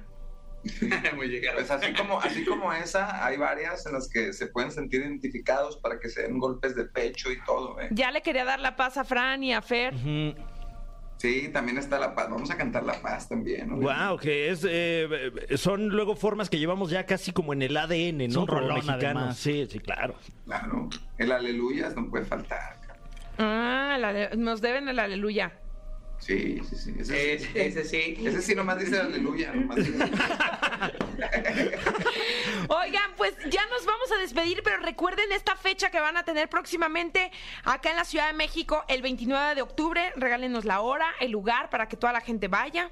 Speaker 7: Muy llegado.
Speaker 6: Pues *laughs* así como, así como esa, hay varias en las que se pueden sentir identificados para que se den golpes de pecho y todo, ¿eh?
Speaker 2: Ya le quería dar la paz a Fran y a Fer.
Speaker 6: Sí, también está La Paz. Vamos a cantar La Paz también, ¿no?
Speaker 3: Wow, que es eh, son luego formas que llevamos ya casi como en el ADN,
Speaker 4: Es
Speaker 3: ¿no?
Speaker 4: un
Speaker 3: Como
Speaker 4: rolón,
Speaker 3: mexicanos.
Speaker 4: además.
Speaker 3: Sí, sí, claro.
Speaker 6: Claro. El Aleluyas no puede faltar. cara.
Speaker 2: Ah, la de- nos deben el aleluya.
Speaker 6: Sí, sí, sí. Ese, sí-
Speaker 7: Ese, ese sí.
Speaker 6: ese sí nomás dice Aleluya. Nomás dice-
Speaker 2: Oigan, pues ya nos vamos a despedir, pero recuerden esta fecha que van a tener próximamente acá en la Ciudad de México, el 29 de octubre. Regálenos la hora, el lugar para que toda la gente vaya.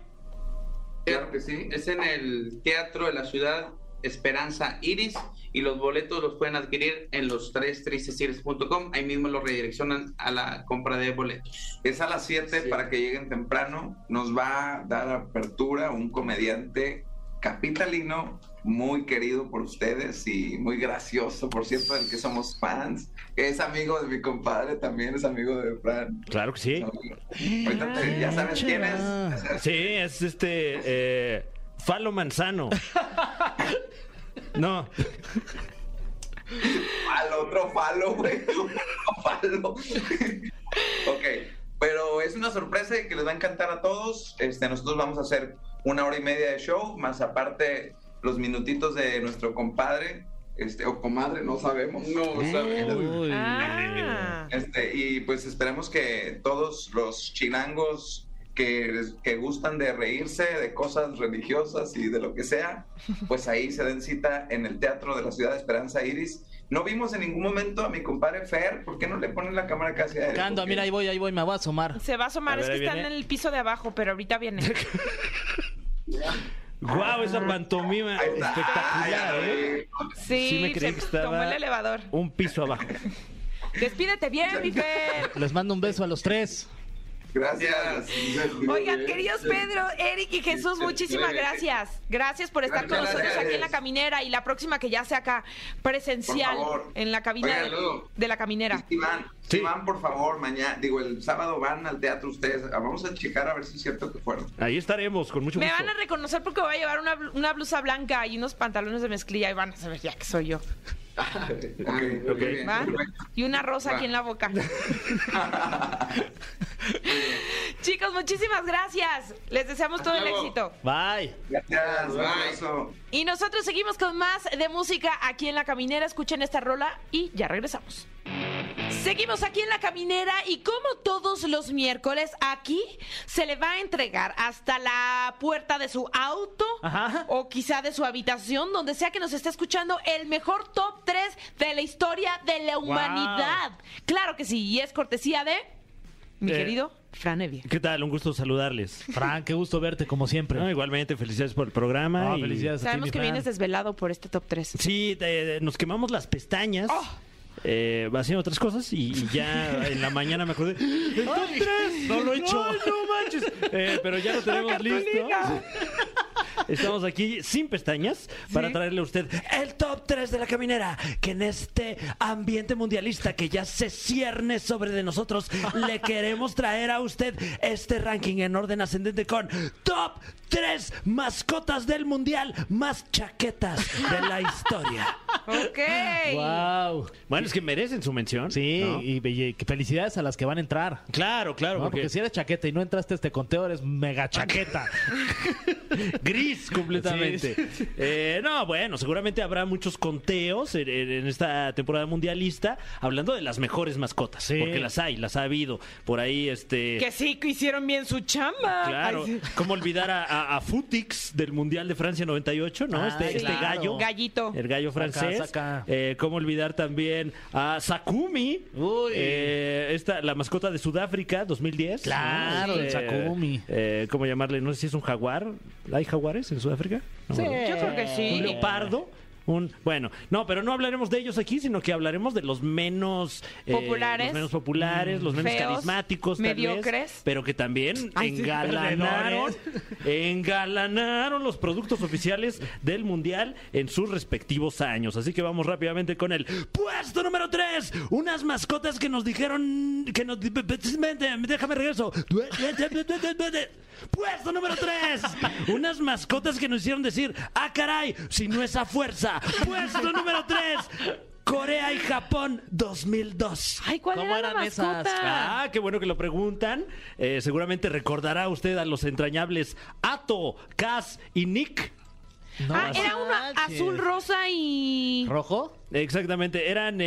Speaker 6: Claro que sí.
Speaker 7: Es en el Teatro de la Ciudad Esperanza Iris y los boletos los pueden adquirir en los tres tristesiris.com. Ahí mismo los redireccionan a la compra de boletos.
Speaker 6: Es a las 7
Speaker 7: Sí.
Speaker 6: para que lleguen temprano. Nos va a dar apertura un comediante capitalino muy querido por ustedes y muy gracioso, por cierto, del que somos fans. Es amigo de mi compadre también, es amigo de Fran.
Speaker 3: Claro que sí.
Speaker 6: Ahorita te- ya sabes quién es.
Speaker 3: Sí, es este. eh, Falo Manzano. No,
Speaker 6: Falo, otro falo, güey. *laughs* Otro falo. *laughs* ok, pero es una sorpresa y que les va a encantar a todos. Este, nosotros vamos a hacer una hora y media de show, más aparte los minutitos de nuestro compadre, este, o comadre, no sabemos. No sabemos.
Speaker 4: Uy.
Speaker 2: Ah.
Speaker 6: Este, y pues esperemos que todos los chilangos que, que gustan de reírse de cosas religiosas y de lo
Speaker 2: *laughs*
Speaker 6: que sea, pues ahí se den cita en el Teatro de la Ciudad de Esperanza Iris. No vimos en ningún momento a mi compadre Fer, ¿por qué no le ponen la cámara casi a él?
Speaker 4: Ando,
Speaker 6: Porque-
Speaker 4: mira, ahí voy, ahí voy, me voy a asomar.
Speaker 2: Se va a asomar,
Speaker 3: A ver,
Speaker 2: es
Speaker 3: ahí
Speaker 2: que están
Speaker 3: viene.
Speaker 2: en el piso de abajo, pero ahorita viene.
Speaker 3: guau, esa pantomima
Speaker 6: Ahí está. Ay,
Speaker 3: espectacular,
Speaker 6: ay,
Speaker 3: ¿eh?
Speaker 6: ay.
Speaker 2: Sí,
Speaker 3: *laughs* Sí me creí
Speaker 2: se
Speaker 3: que estaba-
Speaker 2: tomó el elevador.
Speaker 3: Un piso abajo.
Speaker 2: Despídete bien, mi Fer.
Speaker 4: Les mando un beso a los tres.
Speaker 6: Gracias.
Speaker 2: Oigan, queridos Pedro, Eric y Jesús,
Speaker 6: Sí,
Speaker 2: muchísimas
Speaker 6: sí.
Speaker 2: gracias. Gracias por estar con
Speaker 6: Gracias,
Speaker 2: nosotros
Speaker 6: gracias.
Speaker 2: aquí en La Caminera y la próxima que ya sea acá presencial
Speaker 6: Por favor.
Speaker 2: en la cabina
Speaker 6: Oigan,
Speaker 2: de-
Speaker 6: luego.
Speaker 2: de La Caminera.
Speaker 6: Y si van,
Speaker 3: Sí.
Speaker 6: si van, por favor, mañana, digo, el sábado van al teatro ustedes. Ah, Vamos a checar a ver si es cierto que
Speaker 3: *laughs*
Speaker 6: fueron.
Speaker 3: Ahí estaremos, con mucho
Speaker 2: Me
Speaker 3: gusto.
Speaker 2: van a reconocer porque voy a llevar una, bl- una blusa blanca y unos pantalones de mezclilla y van a saber ya que soy yo.
Speaker 6: Ok, muy
Speaker 3: ok.
Speaker 6: bien,
Speaker 2: ¿va? *laughs*
Speaker 6: perfecto.
Speaker 2: Y una rosa
Speaker 6: Va.
Speaker 2: aquí en la
Speaker 3: *laughs*
Speaker 2: boca. Chicos, muchísimas gracias. Les deseamos todo el
Speaker 7: luego.
Speaker 2: éxito.
Speaker 4: Bye.
Speaker 6: Gracias, un
Speaker 7: Bye.
Speaker 6: abrazo.
Speaker 2: Y nosotros seguimos con más de música aquí en La Caminera. Escuchen esta rola y ya regresamos. Seguimos aquí en La Caminera y como todos los miércoles, aquí se le va a entregar hasta la puerta de su auto
Speaker 4: Ajá.
Speaker 2: o quizá de su habitación, donde sea que nos esté escuchando, el mejor top 3 de la historia de la humanidad. Claro que sí, y es cortesía de mi
Speaker 3: Eh.
Speaker 2: querido Fran Evia.
Speaker 3: ¿Qué tal? Un gusto saludarles.
Speaker 4: Fran, qué gusto verte como siempre.
Speaker 3: No, igualmente, felicidades por el programa.
Speaker 4: Ah,
Speaker 3: y-
Speaker 4: felicidades a ti,
Speaker 2: Sabemos
Speaker 4: mi
Speaker 2: que
Speaker 4: Fran.
Speaker 2: vienes desvelado por este top 3.
Speaker 3: Sí, de- de- nos quemamos las pestañas.
Speaker 2: Oh.
Speaker 3: eh, haciendo otras cosas y, y ya en la mañana me acordé ¡El top tres! no lo he hecho no manches *laughs* Eh, pero ya lo tenemos listo estamos aquí sin pestañas para traerle a usted el top 3 de la caminera que en este ambiente mundialista que ya se cierne sobre de nosotros *laughs* le queremos traer a usted este ranking en orden ascendente con top 3 mascotas del mundial más chaquetas de *laughs* la historia
Speaker 2: *laughs* Ok.
Speaker 4: Wow.
Speaker 3: bueno es que merecen su mención
Speaker 4: Sí,
Speaker 3: ¿no?
Speaker 4: y, belle- que felicidades a las que van a entrar.
Speaker 3: Claro, claro, *laughs*
Speaker 4: No, porque si eres chaqueta y no entraste a este conteo, eres mega chaqueta.
Speaker 3: gris, gris *laughs* completamente. Eh, no, bueno, seguramente habrá muchos conteos en, en- en esta temporada mundialista hablando de las mejores mascotas, porque las hay, las ha habido. Por ahí, este.
Speaker 2: Que sí, que hicieron bien su chamba.
Speaker 3: Claro,
Speaker 2: Ay, sí.
Speaker 3: ¿cómo olvidar a, a- a Futix del Mundial de Francia 98, no?
Speaker 4: Ah,
Speaker 3: este, este
Speaker 4: claro.
Speaker 3: gallo.
Speaker 2: Gallito.
Speaker 3: El gallo francés.
Speaker 4: saca.
Speaker 3: Eh, ¿Cómo olvidar también a Sakumi?
Speaker 4: Uy.
Speaker 3: Eh, esta, la mascota de Sudáfrica 2010.
Speaker 4: Claro,
Speaker 3: ¿no? Este,
Speaker 4: el Sakumi.
Speaker 3: eh, ¿Cómo llamarle? No sé si es un jaguar. ¿Hay jaguares en Sudáfrica? No, ¿verdad?
Speaker 2: Yo creo que sí.
Speaker 3: Un leopardo. Un, bueno, no, pero no hablaremos de ellos aquí, sino que hablaremos de los menos eh,
Speaker 2: Populares.
Speaker 3: los menos populares, los menos
Speaker 2: Feos,
Speaker 3: carismáticos, tal vez,
Speaker 2: mediocres.
Speaker 3: pero que también
Speaker 2: Ay, sí, *laughs*
Speaker 3: engalanaron, engalanaron los productos oficiales del mundial en sus respectivos años. Así que vamos rápidamente con el puesto número 3. Unas mascotas que nos dijeron que nos déjame regreso. Puesto número 3. Unas mascotas que nos hicieron decir, "Ah, caray, si no es a fuerza." Puesto número 3. Corea y Japón 2002.
Speaker 2: Ay, ¿cuál
Speaker 4: ¿Cómo
Speaker 2: era la
Speaker 4: eran esas?
Speaker 2: mascota?
Speaker 3: Ah, qué bueno que lo preguntan. Eh, seguramente recordará usted a los entrañables Ato, Cass y Nick.
Speaker 2: Ah, era una
Speaker 4: manches.
Speaker 2: azul, rosa y...
Speaker 4: ¿Rojo?
Speaker 3: Exactamente, eran, eh,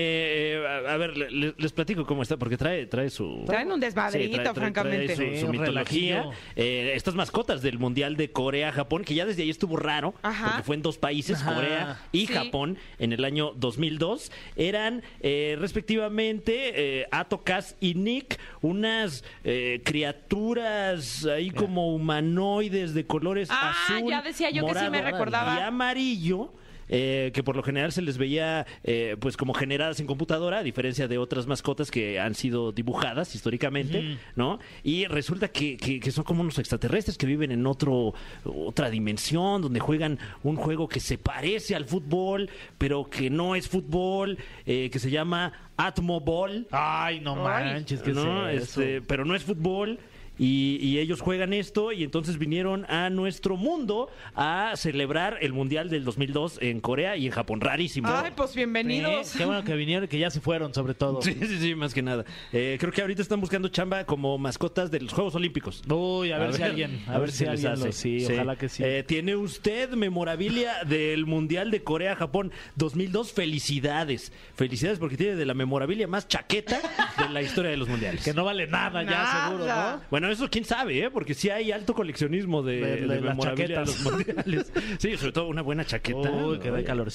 Speaker 3: eh, a a ver, le- le- les platico cómo está, porque trae, trae su...
Speaker 2: Traen un
Speaker 3: Sí,
Speaker 2: desmadrito,
Speaker 3: trae- trae-
Speaker 2: francamente.
Speaker 3: trae su, su
Speaker 4: Sí, un
Speaker 3: mitología.
Speaker 4: relajillo.
Speaker 3: Eh, estas mascotas del Mundial de Corea, Japón, que ya desde ahí estuvo raro,
Speaker 2: Ajá.
Speaker 3: porque fue en dos países,
Speaker 4: Ajá.
Speaker 3: Corea y
Speaker 2: Sí.
Speaker 3: Japón, en el año 2002. Eran eh, respectivamente eh, Ato, Cass y Nick, unas eh, criaturas ahí como humanoides de colores
Speaker 2: Ah,
Speaker 3: azul,
Speaker 2: ya decía yo que sí
Speaker 3: morado
Speaker 2: me recordaba.
Speaker 3: y amarillo. eh, que por lo general se les veía eh, pues como generadas en computadora a diferencia de otras mascotas que han sido dibujadas históricamente no y resulta que, que- que son como unos extraterrestres que viven en otro otra dimensión donde juegan un juego que se parece al fútbol pero que no es fútbol eh, que se llama Atmo Ball
Speaker 4: Ay, no manches, ¿qué
Speaker 3: ¿no?
Speaker 4: es eso?
Speaker 3: Este, pero no es fútbol. Y, y ellos juegan esto y entonces vinieron a nuestro mundo a celebrar el Mundial del 2002 en Corea y en Japón. Rarísimo.
Speaker 2: Ay, pues bienvenidos.
Speaker 4: Sí, Qué bueno que vinieron y que ya se fueron, sobre todo.
Speaker 3: Sí, sí, sí, más que nada. Eh, creo que ahorita están buscando chamba como mascotas de los Juegos Olímpicos.
Speaker 4: Uy, a ver, si alguien, a, ver, si,
Speaker 3: les
Speaker 4: alguien
Speaker 3: hace.
Speaker 4: lo- sí, ojalá que sí.
Speaker 3: Eh, Tiene usted memorabilia del Mundial de Corea-Japón 2002. Felicidades. Felicidades porque tiene de la memorabilia más chaqueta de la historia de los mundiales.
Speaker 4: que no vale nada, ya
Speaker 2: Nada.
Speaker 4: seguro, ¿no?
Speaker 3: Bueno, eso quién sabe, ¿eh? Porque sí hay alto coleccionismo de,
Speaker 4: Ah. De- de
Speaker 3: de
Speaker 4: las
Speaker 3: memorabilia de los
Speaker 4: chaquetas.
Speaker 3: mundiales. Sí, sobre todo una buena chaqueta.
Speaker 4: Uy, que da
Speaker 3: Oye.
Speaker 4: calor.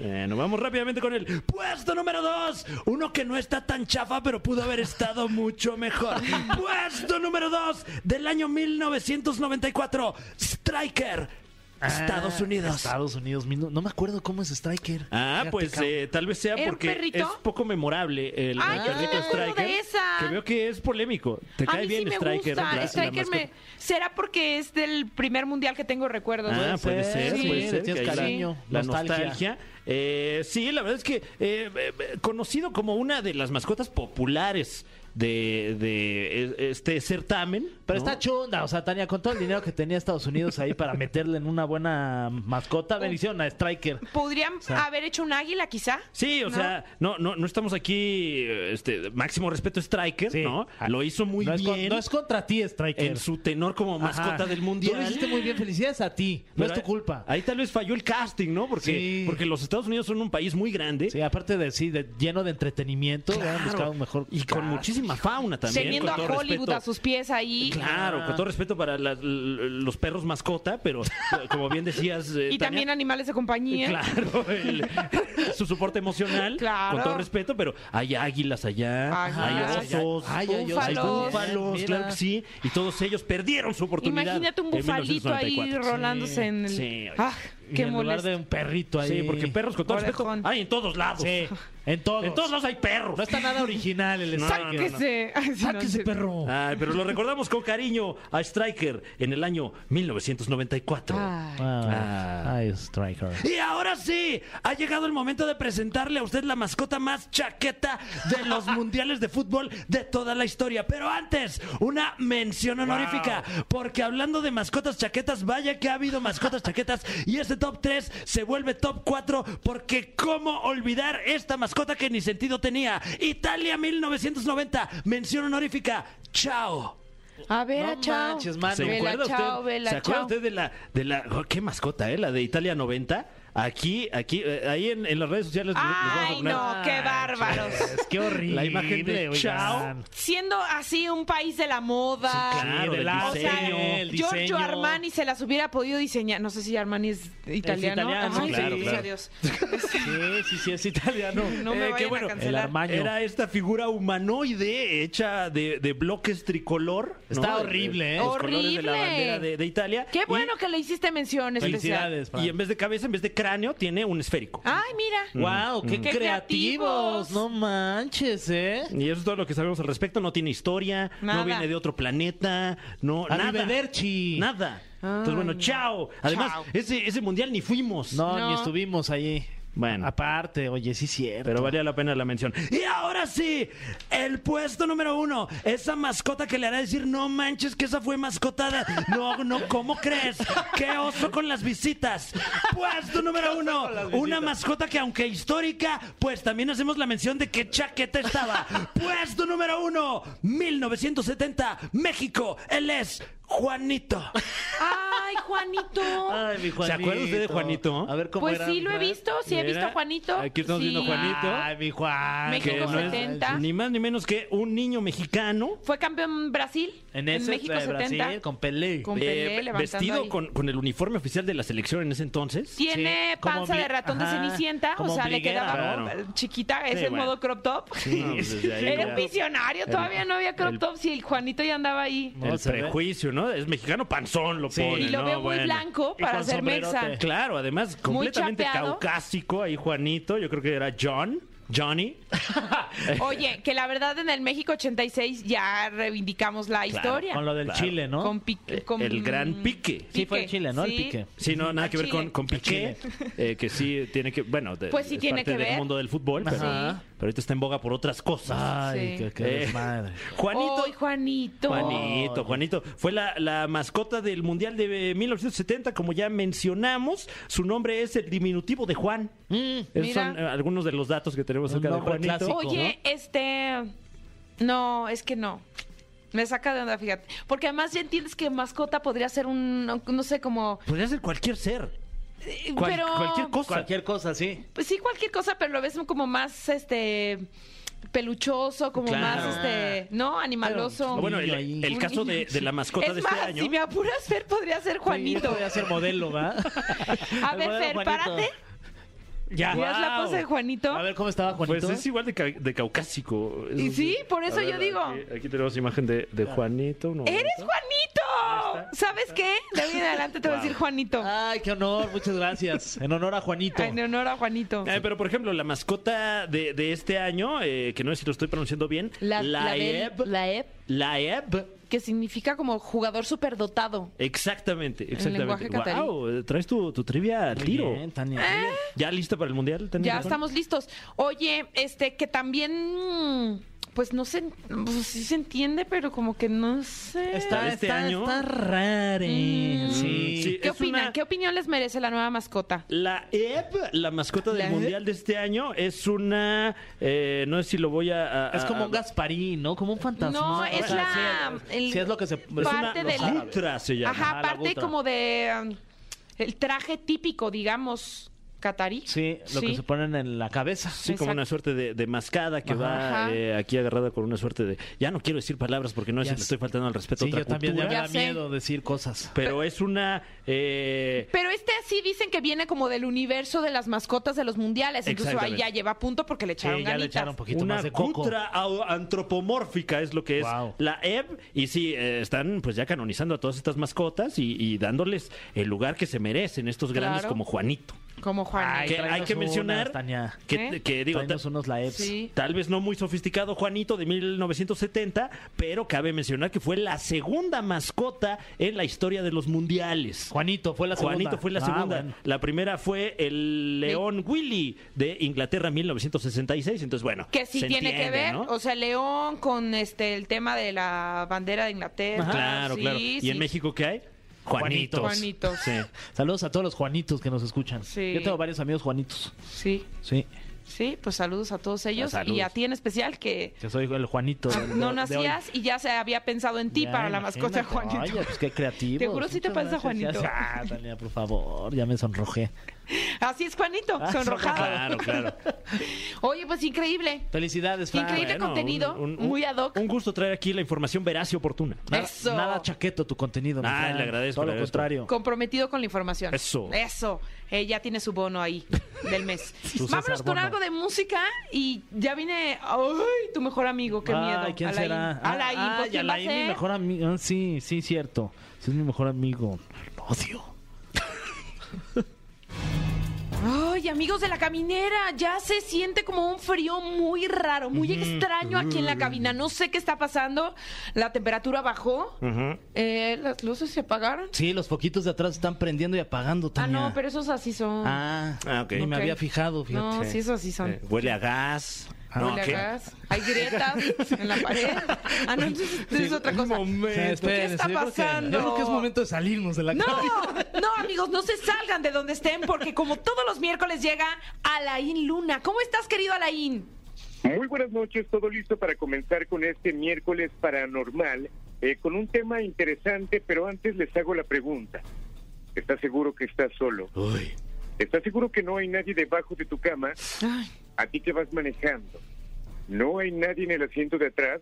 Speaker 3: Bueno, vamos rápidamente con el puesto número 2. Uno que no está tan chafa, pero pudo haber estado
Speaker 4: *laughs*
Speaker 3: mucho mejor. puesto número 2 del año 1994. Striker, Estados Unidos.
Speaker 4: Ah, Estados Unidos. mil- No me acuerdo cómo es Striker.
Speaker 3: Ah,
Speaker 4: Fíjate,
Speaker 3: pues
Speaker 4: cabrón.
Speaker 3: eh, tal vez sea
Speaker 2: ¿Era un
Speaker 3: porque
Speaker 2: perrito?
Speaker 3: es poco memorable el,
Speaker 2: Ah,
Speaker 3: el
Speaker 2: yo sí me
Speaker 3: perrito
Speaker 2: acuerdo de
Speaker 3: Striker.
Speaker 2: esa.
Speaker 3: Que veo que es polémico. Te
Speaker 2: A
Speaker 3: cae
Speaker 2: mí
Speaker 3: bien
Speaker 2: sí me
Speaker 3: Striker.
Speaker 2: gusta.
Speaker 3: la- la
Speaker 2: Striker me...
Speaker 3: mascota?
Speaker 2: ¿Será porque es del primer mundial que tengo recuerdos?
Speaker 3: Ah, puede
Speaker 4: ser,
Speaker 3: ser,
Speaker 4: sí,
Speaker 3: puede ser.
Speaker 4: decías
Speaker 3: que ahí la-
Speaker 4: cariño,
Speaker 3: la nostalgia.
Speaker 4: nostalgia.
Speaker 3: Eh, sí, la verdad es que eh, eh, eh, conocido como una de las mascotas populares de, de eh, este certamen.
Speaker 4: Pero
Speaker 3: ¿no?
Speaker 4: está chunda, o sea, Tania, con todo el dinero que tenía Estados Unidos ahí para meterle en una buena mascota, bendición a Striker.
Speaker 2: ¿Podrían haber hecho un águila, quizá?
Speaker 3: Sí, o
Speaker 2: ¿No?
Speaker 3: sea, no, no, no estamos aquí, eh, este, máximo respeto a Striker,
Speaker 4: Sí. Ah,
Speaker 3: ¿no? Lo hizo muy
Speaker 4: no, es con-
Speaker 3: bien
Speaker 4: no es contra ti, Striker.
Speaker 3: en su tenor como
Speaker 4: Ajá.
Speaker 3: mascota del mundial.
Speaker 4: Tú lo hiciste muy bien, felicidades a ti. No es
Speaker 3: Pero
Speaker 4: tu culpa.
Speaker 3: Ahí tal vez falló el casting, ¿no? Porque,
Speaker 4: Sí.
Speaker 3: porque los Estados Unidos son un país muy grande.
Speaker 4: Sí, aparte de sí, de- lleno de entretenimiento,
Speaker 3: Claro.
Speaker 4: han buscado un mejor. Ah,
Speaker 3: Y con muchísima fauna también.
Speaker 2: Teniendo
Speaker 3: con
Speaker 2: a
Speaker 3: todo
Speaker 2: Hollywood
Speaker 3: respeto.
Speaker 2: a sus pies ahí.
Speaker 3: Claro,
Speaker 2: ah,
Speaker 3: con todo respeto para las- l- los perros mascota, pero *laughs* eh, como bien decías... eh,
Speaker 2: Y
Speaker 3: Tania,
Speaker 2: también animales de compañía.
Speaker 3: Claro, el- su soporte emocional,
Speaker 2: Claro.
Speaker 3: con todo respeto, pero hay águilas allá,
Speaker 2: Ajá.
Speaker 3: hay osos,
Speaker 4: Ay,
Speaker 2: ay, ay,
Speaker 3: hay
Speaker 2: búfalos.
Speaker 3: búfalos,
Speaker 4: Mira.
Speaker 3: claro que sí, y todos ellos perdieron su oportunidad.
Speaker 2: Imagínate un
Speaker 3: en
Speaker 2: bufalito ahí
Speaker 3: 1994.
Speaker 2: rolándose en el...
Speaker 3: sí.
Speaker 2: Ah,
Speaker 4: Y
Speaker 2: qué
Speaker 4: en lugar
Speaker 2: molesto.
Speaker 4: de un perrito ahí.
Speaker 3: Sí, porque perros con todo respeto
Speaker 2: Orejón.
Speaker 3: hay en todos lados.
Speaker 4: Sí, en todos.
Speaker 3: En todos lados hay perros.
Speaker 4: No está nada original el
Speaker 3: *laughs* No,
Speaker 4: Striker.
Speaker 2: Sáquese. *laughs* Ay, sí, no,
Speaker 4: Sáquese,
Speaker 2: sí.
Speaker 4: perro.
Speaker 3: Ay, pero lo recordamos con cariño a Striker en el año 1994.
Speaker 2: Ay.
Speaker 4: Ah,
Speaker 3: Ah.
Speaker 4: Ay, Striker.
Speaker 3: Y ahora sí, ha llegado el momento de presentarle a usted la mascota más chaqueta de los mundiales de fútbol de toda la historia. Pero antes, una mención honorífica, porque hablando de mascotas chaquetas, vaya que ha habido mascotas chaquetas y este top 3 se vuelve top 4 porque cómo olvidar esta mascota que ni sentido tenía. Italia 1990, mención honorífica, chao.
Speaker 2: A ver, a
Speaker 4: Ah, no
Speaker 2: chao.
Speaker 4: manches, mano.
Speaker 3: ¿Se
Speaker 2: Vela,
Speaker 3: acuerda usted,
Speaker 2: chao, vela,
Speaker 3: ¿se acuerda
Speaker 2: chao.
Speaker 3: usted de la, de la oh, qué mascota, eh? La de Italia 90. Aquí, aquí, eh, ahí en, en las redes sociales les- les vamos a
Speaker 2: Ay,
Speaker 3: poner
Speaker 2: no, qué bárbaros.
Speaker 4: Es que horrible.
Speaker 3: La imagen de
Speaker 4: oigan.
Speaker 3: Chao.
Speaker 2: Siendo así un país de la moda.
Speaker 3: claro,
Speaker 4: del
Speaker 3: del
Speaker 2: O sea,
Speaker 4: diseño, el
Speaker 2: Giorgio
Speaker 4: diseño.
Speaker 2: Armani se las hubiera podido diseñar. No sé si Armani es italiano.
Speaker 4: italiano,
Speaker 2: Ay,
Speaker 4: claro,
Speaker 2: bendito sea
Speaker 4: claro.
Speaker 2: Dios.
Speaker 4: Sí, sí, sí, es italiano.
Speaker 3: *laughs*
Speaker 2: No me
Speaker 3: Eh,
Speaker 2: vayan
Speaker 3: qué bueno.
Speaker 2: a
Speaker 4: El
Speaker 2: cancelar.
Speaker 4: armaño.
Speaker 3: Era esta figura humanoide hecha de, de bloques tricolor.
Speaker 4: Está horrible, ¿eh?
Speaker 3: Los colores de
Speaker 2: Horrible.
Speaker 3: la bandera de, de Italia.
Speaker 2: Qué
Speaker 3: Y-
Speaker 2: bueno que le hiciste mención especial.
Speaker 4: Felicidades.
Speaker 3: Y, en vez de cabeza, en vez de cráneo, tiene un esférico.
Speaker 2: Ay, mira.
Speaker 4: Wow, qué,
Speaker 2: Qué
Speaker 4: creativos.
Speaker 2: creativos.
Speaker 4: No manches, ¿eh?
Speaker 3: Y eso es todo lo que sabemos al respecto. No tiene historia,
Speaker 2: Nada.
Speaker 3: no viene de otro planeta, no, nada.
Speaker 4: Arrivederci.
Speaker 3: Nada. Entonces,
Speaker 2: Ay,
Speaker 3: bueno,
Speaker 2: no.
Speaker 3: chao. Además,
Speaker 2: Chao.
Speaker 3: Ese, ese mundial ni fuimos.
Speaker 4: No,
Speaker 2: No.
Speaker 4: ni estuvimos allí.
Speaker 3: Bueno.
Speaker 4: Aparte, oye, sí es cierto.
Speaker 3: Pero valía la pena la mención. Y ahora sí, el puesto número uno. Esa mascota que le hará decir, no manches, que esa fue mascotada. No, no, ¿cómo crees? ¡Qué oso con las visitas! Puesto número uno. Una mascota que aunque histórica, pues también hacemos la mención de que chaqueta estaba. Puesto número uno. 1970, México. Él es Juanito.
Speaker 2: Ay, Juanito.
Speaker 4: Ay, mi
Speaker 3: ¿Se acuerda usted de Juanito?
Speaker 4: A ver cómo
Speaker 2: Pues
Speaker 4: era,
Speaker 2: sí,
Speaker 4: mi
Speaker 2: lo he
Speaker 4: Juan.
Speaker 2: visto. Sí, he
Speaker 3: Mira,
Speaker 2: visto a Juanito.
Speaker 3: aquí estamos
Speaker 2: Sí.
Speaker 3: viendo a Juanito.
Speaker 4: Ay, mi Juan.
Speaker 2: México
Speaker 4: que no es-
Speaker 2: 70.
Speaker 3: ni más ni menos que un niño mexicano.
Speaker 2: Fue campeón Brasil.
Speaker 4: En, ese
Speaker 2: México
Speaker 4: de
Speaker 2: 70.
Speaker 4: Brasil, con Pelé.
Speaker 2: Con Pelé levantando
Speaker 3: Eh, vestido
Speaker 2: ahí.
Speaker 3: con, con el uniforme oficial de la selección en ese entonces.
Speaker 2: Tiene
Speaker 4: Sí, como
Speaker 2: panza
Speaker 4: ombli-
Speaker 2: de ratón
Speaker 4: ajá,
Speaker 2: de cenicienta, o
Speaker 4: como
Speaker 2: sea, le
Speaker 4: ombliguera,
Speaker 2: quedaba
Speaker 3: claro.
Speaker 2: chiquita, ese
Speaker 3: bueno.
Speaker 2: modo crop top. *laughs*
Speaker 3: No, pues, desde ahí
Speaker 2: Era
Speaker 3: ya-
Speaker 2: un visionario, todavía no había crop
Speaker 3: el-
Speaker 2: tops y el Juanito ya andaba ahí.
Speaker 3: El
Speaker 4: No, se ve.
Speaker 3: prejuicio, ¿no? Es mexicano panzón, lo
Speaker 4: Sí.
Speaker 3: pone.
Speaker 2: Y lo
Speaker 3: ¿no?
Speaker 2: veo muy
Speaker 3: Bueno.
Speaker 2: blanco
Speaker 4: Y
Speaker 2: para
Speaker 4: con
Speaker 2: ser
Speaker 4: sombrerote.
Speaker 2: mexa.
Speaker 3: Claro, además, completamente
Speaker 2: chapeado.
Speaker 3: caucásico. Ahí Juanito, yo creo que era John.
Speaker 2: *laughs*
Speaker 3: Johnny.
Speaker 2: Oye, que la verdad en el México 86 ya reivindicamos la historia.
Speaker 4: Con lo del
Speaker 3: Claro.
Speaker 4: Chile, ¿no?
Speaker 2: Con pi-
Speaker 3: Eh,
Speaker 2: con- Mm.
Speaker 3: el gran pique.
Speaker 4: Sí, fue el Chile, ¿no? El pique.
Speaker 3: Sí, no, nada
Speaker 2: Al
Speaker 3: que ver con,
Speaker 2: Chile.
Speaker 3: con Piqué, eh, que sí tiene que, bueno, de-
Speaker 2: Pues sí
Speaker 3: es
Speaker 2: tiene
Speaker 3: parte
Speaker 2: que
Speaker 3: del
Speaker 2: ver.
Speaker 3: mundo del fútbol, pero,
Speaker 2: Ajá.
Speaker 3: pero ahorita está en boga por otras cosas.
Speaker 4: Ay,
Speaker 2: Sí.
Speaker 4: qué, qué
Speaker 3: Eh,
Speaker 4: desmadre.
Speaker 3: Juanito,
Speaker 2: Ay, Juanito.
Speaker 3: Juanito, Juanito. Fue la, la mascota del Mundial de eh, 1970, como ya mencionamos. Su nombre es el diminutivo de Juan.
Speaker 4: Mm,
Speaker 3: Esos
Speaker 2: mira.
Speaker 3: son eh, algunos de los datos que tenemos
Speaker 4: Un
Speaker 3: acerca de
Speaker 4: nombre
Speaker 3: Juanito.
Speaker 4: clásico.
Speaker 2: Oye, este. No, es que no. Me saca de onda, fíjate. Porque además ya entiendes que mascota podría ser un. No sé, como.
Speaker 3: Podría ser cualquier ser.
Speaker 2: eh,
Speaker 3: cual-
Speaker 2: pero.
Speaker 3: Cualquier cosa.
Speaker 4: Cualquier cosa, sí.
Speaker 2: Pues sí, cualquier cosa, pero lo ves como más este peluchoso, como
Speaker 3: Claro.
Speaker 2: más este, ¿no? Animaloso.
Speaker 3: Ah, Bueno, el,
Speaker 4: niño ahí.
Speaker 3: el caso de, de la mascota
Speaker 2: es
Speaker 3: de
Speaker 2: más,
Speaker 3: este año.
Speaker 2: si me apuras, Fer, podría ser
Speaker 4: Yo
Speaker 2: Juanito.
Speaker 4: voy a ser modelo, ¿va?
Speaker 2: *laughs* A ver, Fer, párate.
Speaker 3: Ya.
Speaker 2: ¿Miras la
Speaker 3: Wow.
Speaker 2: pose de Juanito?
Speaker 4: A ver cómo estaba
Speaker 3: Pues
Speaker 4: Juanito.
Speaker 3: es igual de, ca- de caucásico.
Speaker 2: Y sí, por eso
Speaker 3: A ver,
Speaker 2: yo digo.
Speaker 3: Aquí, aquí tenemos imagen de, de Juanito. un momento.
Speaker 2: ¡Eres Juanito!
Speaker 3: está. Ah,
Speaker 2: ¿Sabes qué? De ahí en adelante te voy a decir Juanito.
Speaker 4: Ay, qué honor, muchas gracias. En honor a Juanito.
Speaker 2: En honor a Juanito.
Speaker 3: Eh, pero por ejemplo, la mascota de, de este año, eh, que no sé si lo estoy pronunciando bien,
Speaker 2: La, la,
Speaker 4: E
Speaker 3: Laeb.
Speaker 2: Bel- la Eb,
Speaker 3: Laeb.
Speaker 2: que significa como jugador superdotado.
Speaker 3: Exactamente,
Speaker 2: lenguaje
Speaker 3: exactamente.
Speaker 2: catarí.
Speaker 3: Wow, eh, traes tu, tu trivia al
Speaker 4: Muy
Speaker 3: tiro.
Speaker 4: bien, Tania.
Speaker 2: Ah.
Speaker 3: ¿Ya lista para el mundial? Tania
Speaker 2: Ya
Speaker 3: Rincón?
Speaker 2: estamos listos. Oye, este, que también, pues no sé, pues sí se entiende, pero como que no sé.
Speaker 4: Está,
Speaker 3: de este
Speaker 4: está,
Speaker 3: año.
Speaker 4: está rara.
Speaker 2: Mm.
Speaker 4: Sí.
Speaker 3: Sí.
Speaker 2: ¿Qué
Speaker 3: es
Speaker 2: opinan?
Speaker 3: una-
Speaker 2: ¿Qué opinión les merece la nueva mascota?
Speaker 3: La EB, la mascota del
Speaker 2: La E Eb.
Speaker 3: mundial de este año, es una. eh, no sé si lo voy a. a-
Speaker 4: Es como
Speaker 3: a-
Speaker 4: un Gasparín, ¿no? Como un fantasma.
Speaker 2: No, es
Speaker 4: O sea,
Speaker 2: la-
Speaker 4: sí,
Speaker 2: el-
Speaker 4: sí, es lo que se... es
Speaker 3: Es
Speaker 4: una-
Speaker 3: una
Speaker 2: parte del-
Speaker 4: los árabes.
Speaker 3: Lutra se llama.
Speaker 2: Ajá,
Speaker 4: la
Speaker 2: aparte
Speaker 4: butra.
Speaker 2: como de um, el traje típico, digamos, catarí.
Speaker 4: Sí, lo que se ponen en la cabeza.
Speaker 3: Sí, como una suerte de, de mascada que va
Speaker 2: Ajá.
Speaker 3: eh, aquí agarrada con una suerte de. Ya no quiero decir palabras porque no es
Speaker 4: Ya
Speaker 3: le
Speaker 4: sé.
Speaker 3: estoy faltando al respeto a
Speaker 4: Sí,
Speaker 3: otra
Speaker 4: yo también ya
Speaker 3: cultura,
Speaker 2: Ya
Speaker 4: me da
Speaker 2: sé.
Speaker 4: miedo decir cosas.
Speaker 3: Pero es una. eh,
Speaker 2: Pero este sí dicen que viene como del universo de las mascotas de los mundiales. Entonces ahí
Speaker 3: Exactamente.
Speaker 2: ya lleva punto porque le
Speaker 4: Sí,
Speaker 2: echaron
Speaker 4: ya
Speaker 2: ganitas.
Speaker 4: le echaron un poquito
Speaker 3: una
Speaker 4: más de coco.
Speaker 3: cutra au- antropomórfica es lo que es
Speaker 4: Wow.
Speaker 3: la EB y sí eh, están pues ya canonizando a todas estas mascotas y, y dándoles el lugar que se merecen estos grandes
Speaker 2: Claro.
Speaker 3: como Juanito
Speaker 2: Como Juan.
Speaker 4: Ay,
Speaker 3: que
Speaker 4: tráenos
Speaker 3: hay que
Speaker 4: unas,
Speaker 3: mencionar
Speaker 4: Tania.
Speaker 3: que,
Speaker 2: ¿Eh?
Speaker 3: que, digo
Speaker 4: Tráenos
Speaker 3: ta-
Speaker 4: unos E laeps.
Speaker 2: Sí.
Speaker 3: tal vez no muy sofisticado Juanito de 1970 pero cabe mencionar que fue la segunda mascota en la historia de los mundiales
Speaker 4: Juanito fue la segunda.
Speaker 3: Juanito fue la
Speaker 4: Ah,
Speaker 3: segunda.
Speaker 4: bueno.
Speaker 3: La primera fue el León Willy de Inglaterra 1966. Entonces, bueno.
Speaker 2: Que sí
Speaker 3: se
Speaker 2: tiene que
Speaker 3: entiende,
Speaker 2: ver,
Speaker 3: ¿no?
Speaker 2: o sea, León con este el tema de la bandera de Inglaterra.
Speaker 3: Ajá. Claro,
Speaker 2: sí,
Speaker 3: claro. ¿Y en
Speaker 2: sí.
Speaker 3: México qué hay? Juanitos.
Speaker 2: Juanitos.
Speaker 3: Sí.
Speaker 4: Saludos a todos los Juanitos que nos escuchan.
Speaker 2: Sí.
Speaker 4: Yo tengo varios amigos Juanitos.
Speaker 2: Sí,
Speaker 4: Sí.
Speaker 2: Sí, pues saludos a todos ellos
Speaker 4: Ah, saludos.
Speaker 2: y a ti en especial que
Speaker 4: Yo soy el Juanito. de- de-
Speaker 2: Ah, no
Speaker 4: de
Speaker 2: nacías y ya se había pensado en ti
Speaker 4: Ya,
Speaker 2: para la mascota
Speaker 4: imagínate.
Speaker 2: Juanito.
Speaker 4: Oye, pues qué creativo.
Speaker 2: Te juro, sí te pasa, Juanito.
Speaker 4: Ah, Tania, por favor, ya me sonrojé.
Speaker 2: *laughs* Así es Juanito,
Speaker 3: Ah,
Speaker 2: sonrojado.
Speaker 4: Claro, claro.
Speaker 2: *laughs* Oye, pues increíble.
Speaker 4: Felicidades, Fran.
Speaker 2: Increíble
Speaker 3: Bueno,
Speaker 2: contenido,
Speaker 3: un- un-
Speaker 2: muy ad hoc.
Speaker 3: Un gusto traer aquí la información veraz y oportuna.
Speaker 4: Nada,
Speaker 2: Eso.
Speaker 4: nada chaqueto tu contenido. mi
Speaker 3: Ay,
Speaker 4: Fran.
Speaker 3: le agradezco,
Speaker 4: Todo
Speaker 3: le
Speaker 4: lo
Speaker 3: agradezco.
Speaker 4: contrario.
Speaker 2: Comprometido con la información.
Speaker 3: Eso.
Speaker 2: Eso. Eh, ya tiene su bono ahí del
Speaker 4: *laughs*
Speaker 2: mes.
Speaker 4: Su César
Speaker 2: Vámonos con
Speaker 4: bono.
Speaker 2: algo de música y ya viene. ¡Ay! Tu mejor amigo, qué miedo.
Speaker 4: Ay, ¿quién
Speaker 2: Alain.
Speaker 4: será? Ah,
Speaker 2: Alain,
Speaker 4: ah,
Speaker 2: pues,
Speaker 4: y
Speaker 2: ¿quién va a
Speaker 4: Alain, mi
Speaker 2: ser?
Speaker 4: mejor amigo. Sí, sí, cierto. Sí, es mi mejor amigo. Lo odio.
Speaker 2: Ay, amigos de la caminera, ya se siente como un frío muy raro, muy extraño aquí en la cabina. No sé qué está pasando. La temperatura bajó. Eh, Las luces se apagaron.
Speaker 4: Sí, los foquitos de atrás están prendiendo y apagando
Speaker 2: Ah,
Speaker 4: también.
Speaker 2: no, pero esos así son.
Speaker 4: Ah,
Speaker 3: Ah, ok.
Speaker 4: ni me
Speaker 2: Ok.
Speaker 4: había fijado, fíjate.
Speaker 2: no, sí, esos así son.
Speaker 3: Eh, huele a Ah, gas.
Speaker 4: Ah,
Speaker 2: Huele a
Speaker 3: ¿qué?
Speaker 2: gas. Hay grietas
Speaker 9: *laughs*
Speaker 2: en la pared. Ah, no, entonces entonces es otra cosa.
Speaker 4: O sea, espérense,
Speaker 2: Pues, ¿Qué está
Speaker 4: yo creo que-
Speaker 2: pasando?
Speaker 4: yo creo que es momento de salirnos de la
Speaker 2: No,
Speaker 4: cabina.
Speaker 2: no, amigos, no se salgan de donde estén porque como todos los miércoles llega Alain Luna. ¿Cómo estás, querido Alain?
Speaker 9: Muy buenas noches, todo listo para comenzar con este miércoles paranormal, eh, con un tema interesante, pero antes les hago la pregunta. ¿Estás seguro que estás solo?
Speaker 3: Uy.
Speaker 9: ¿Estás seguro que no hay nadie debajo de tu cama? A ti que vas manejando. ¿No hay nadie en el asiento de atrás?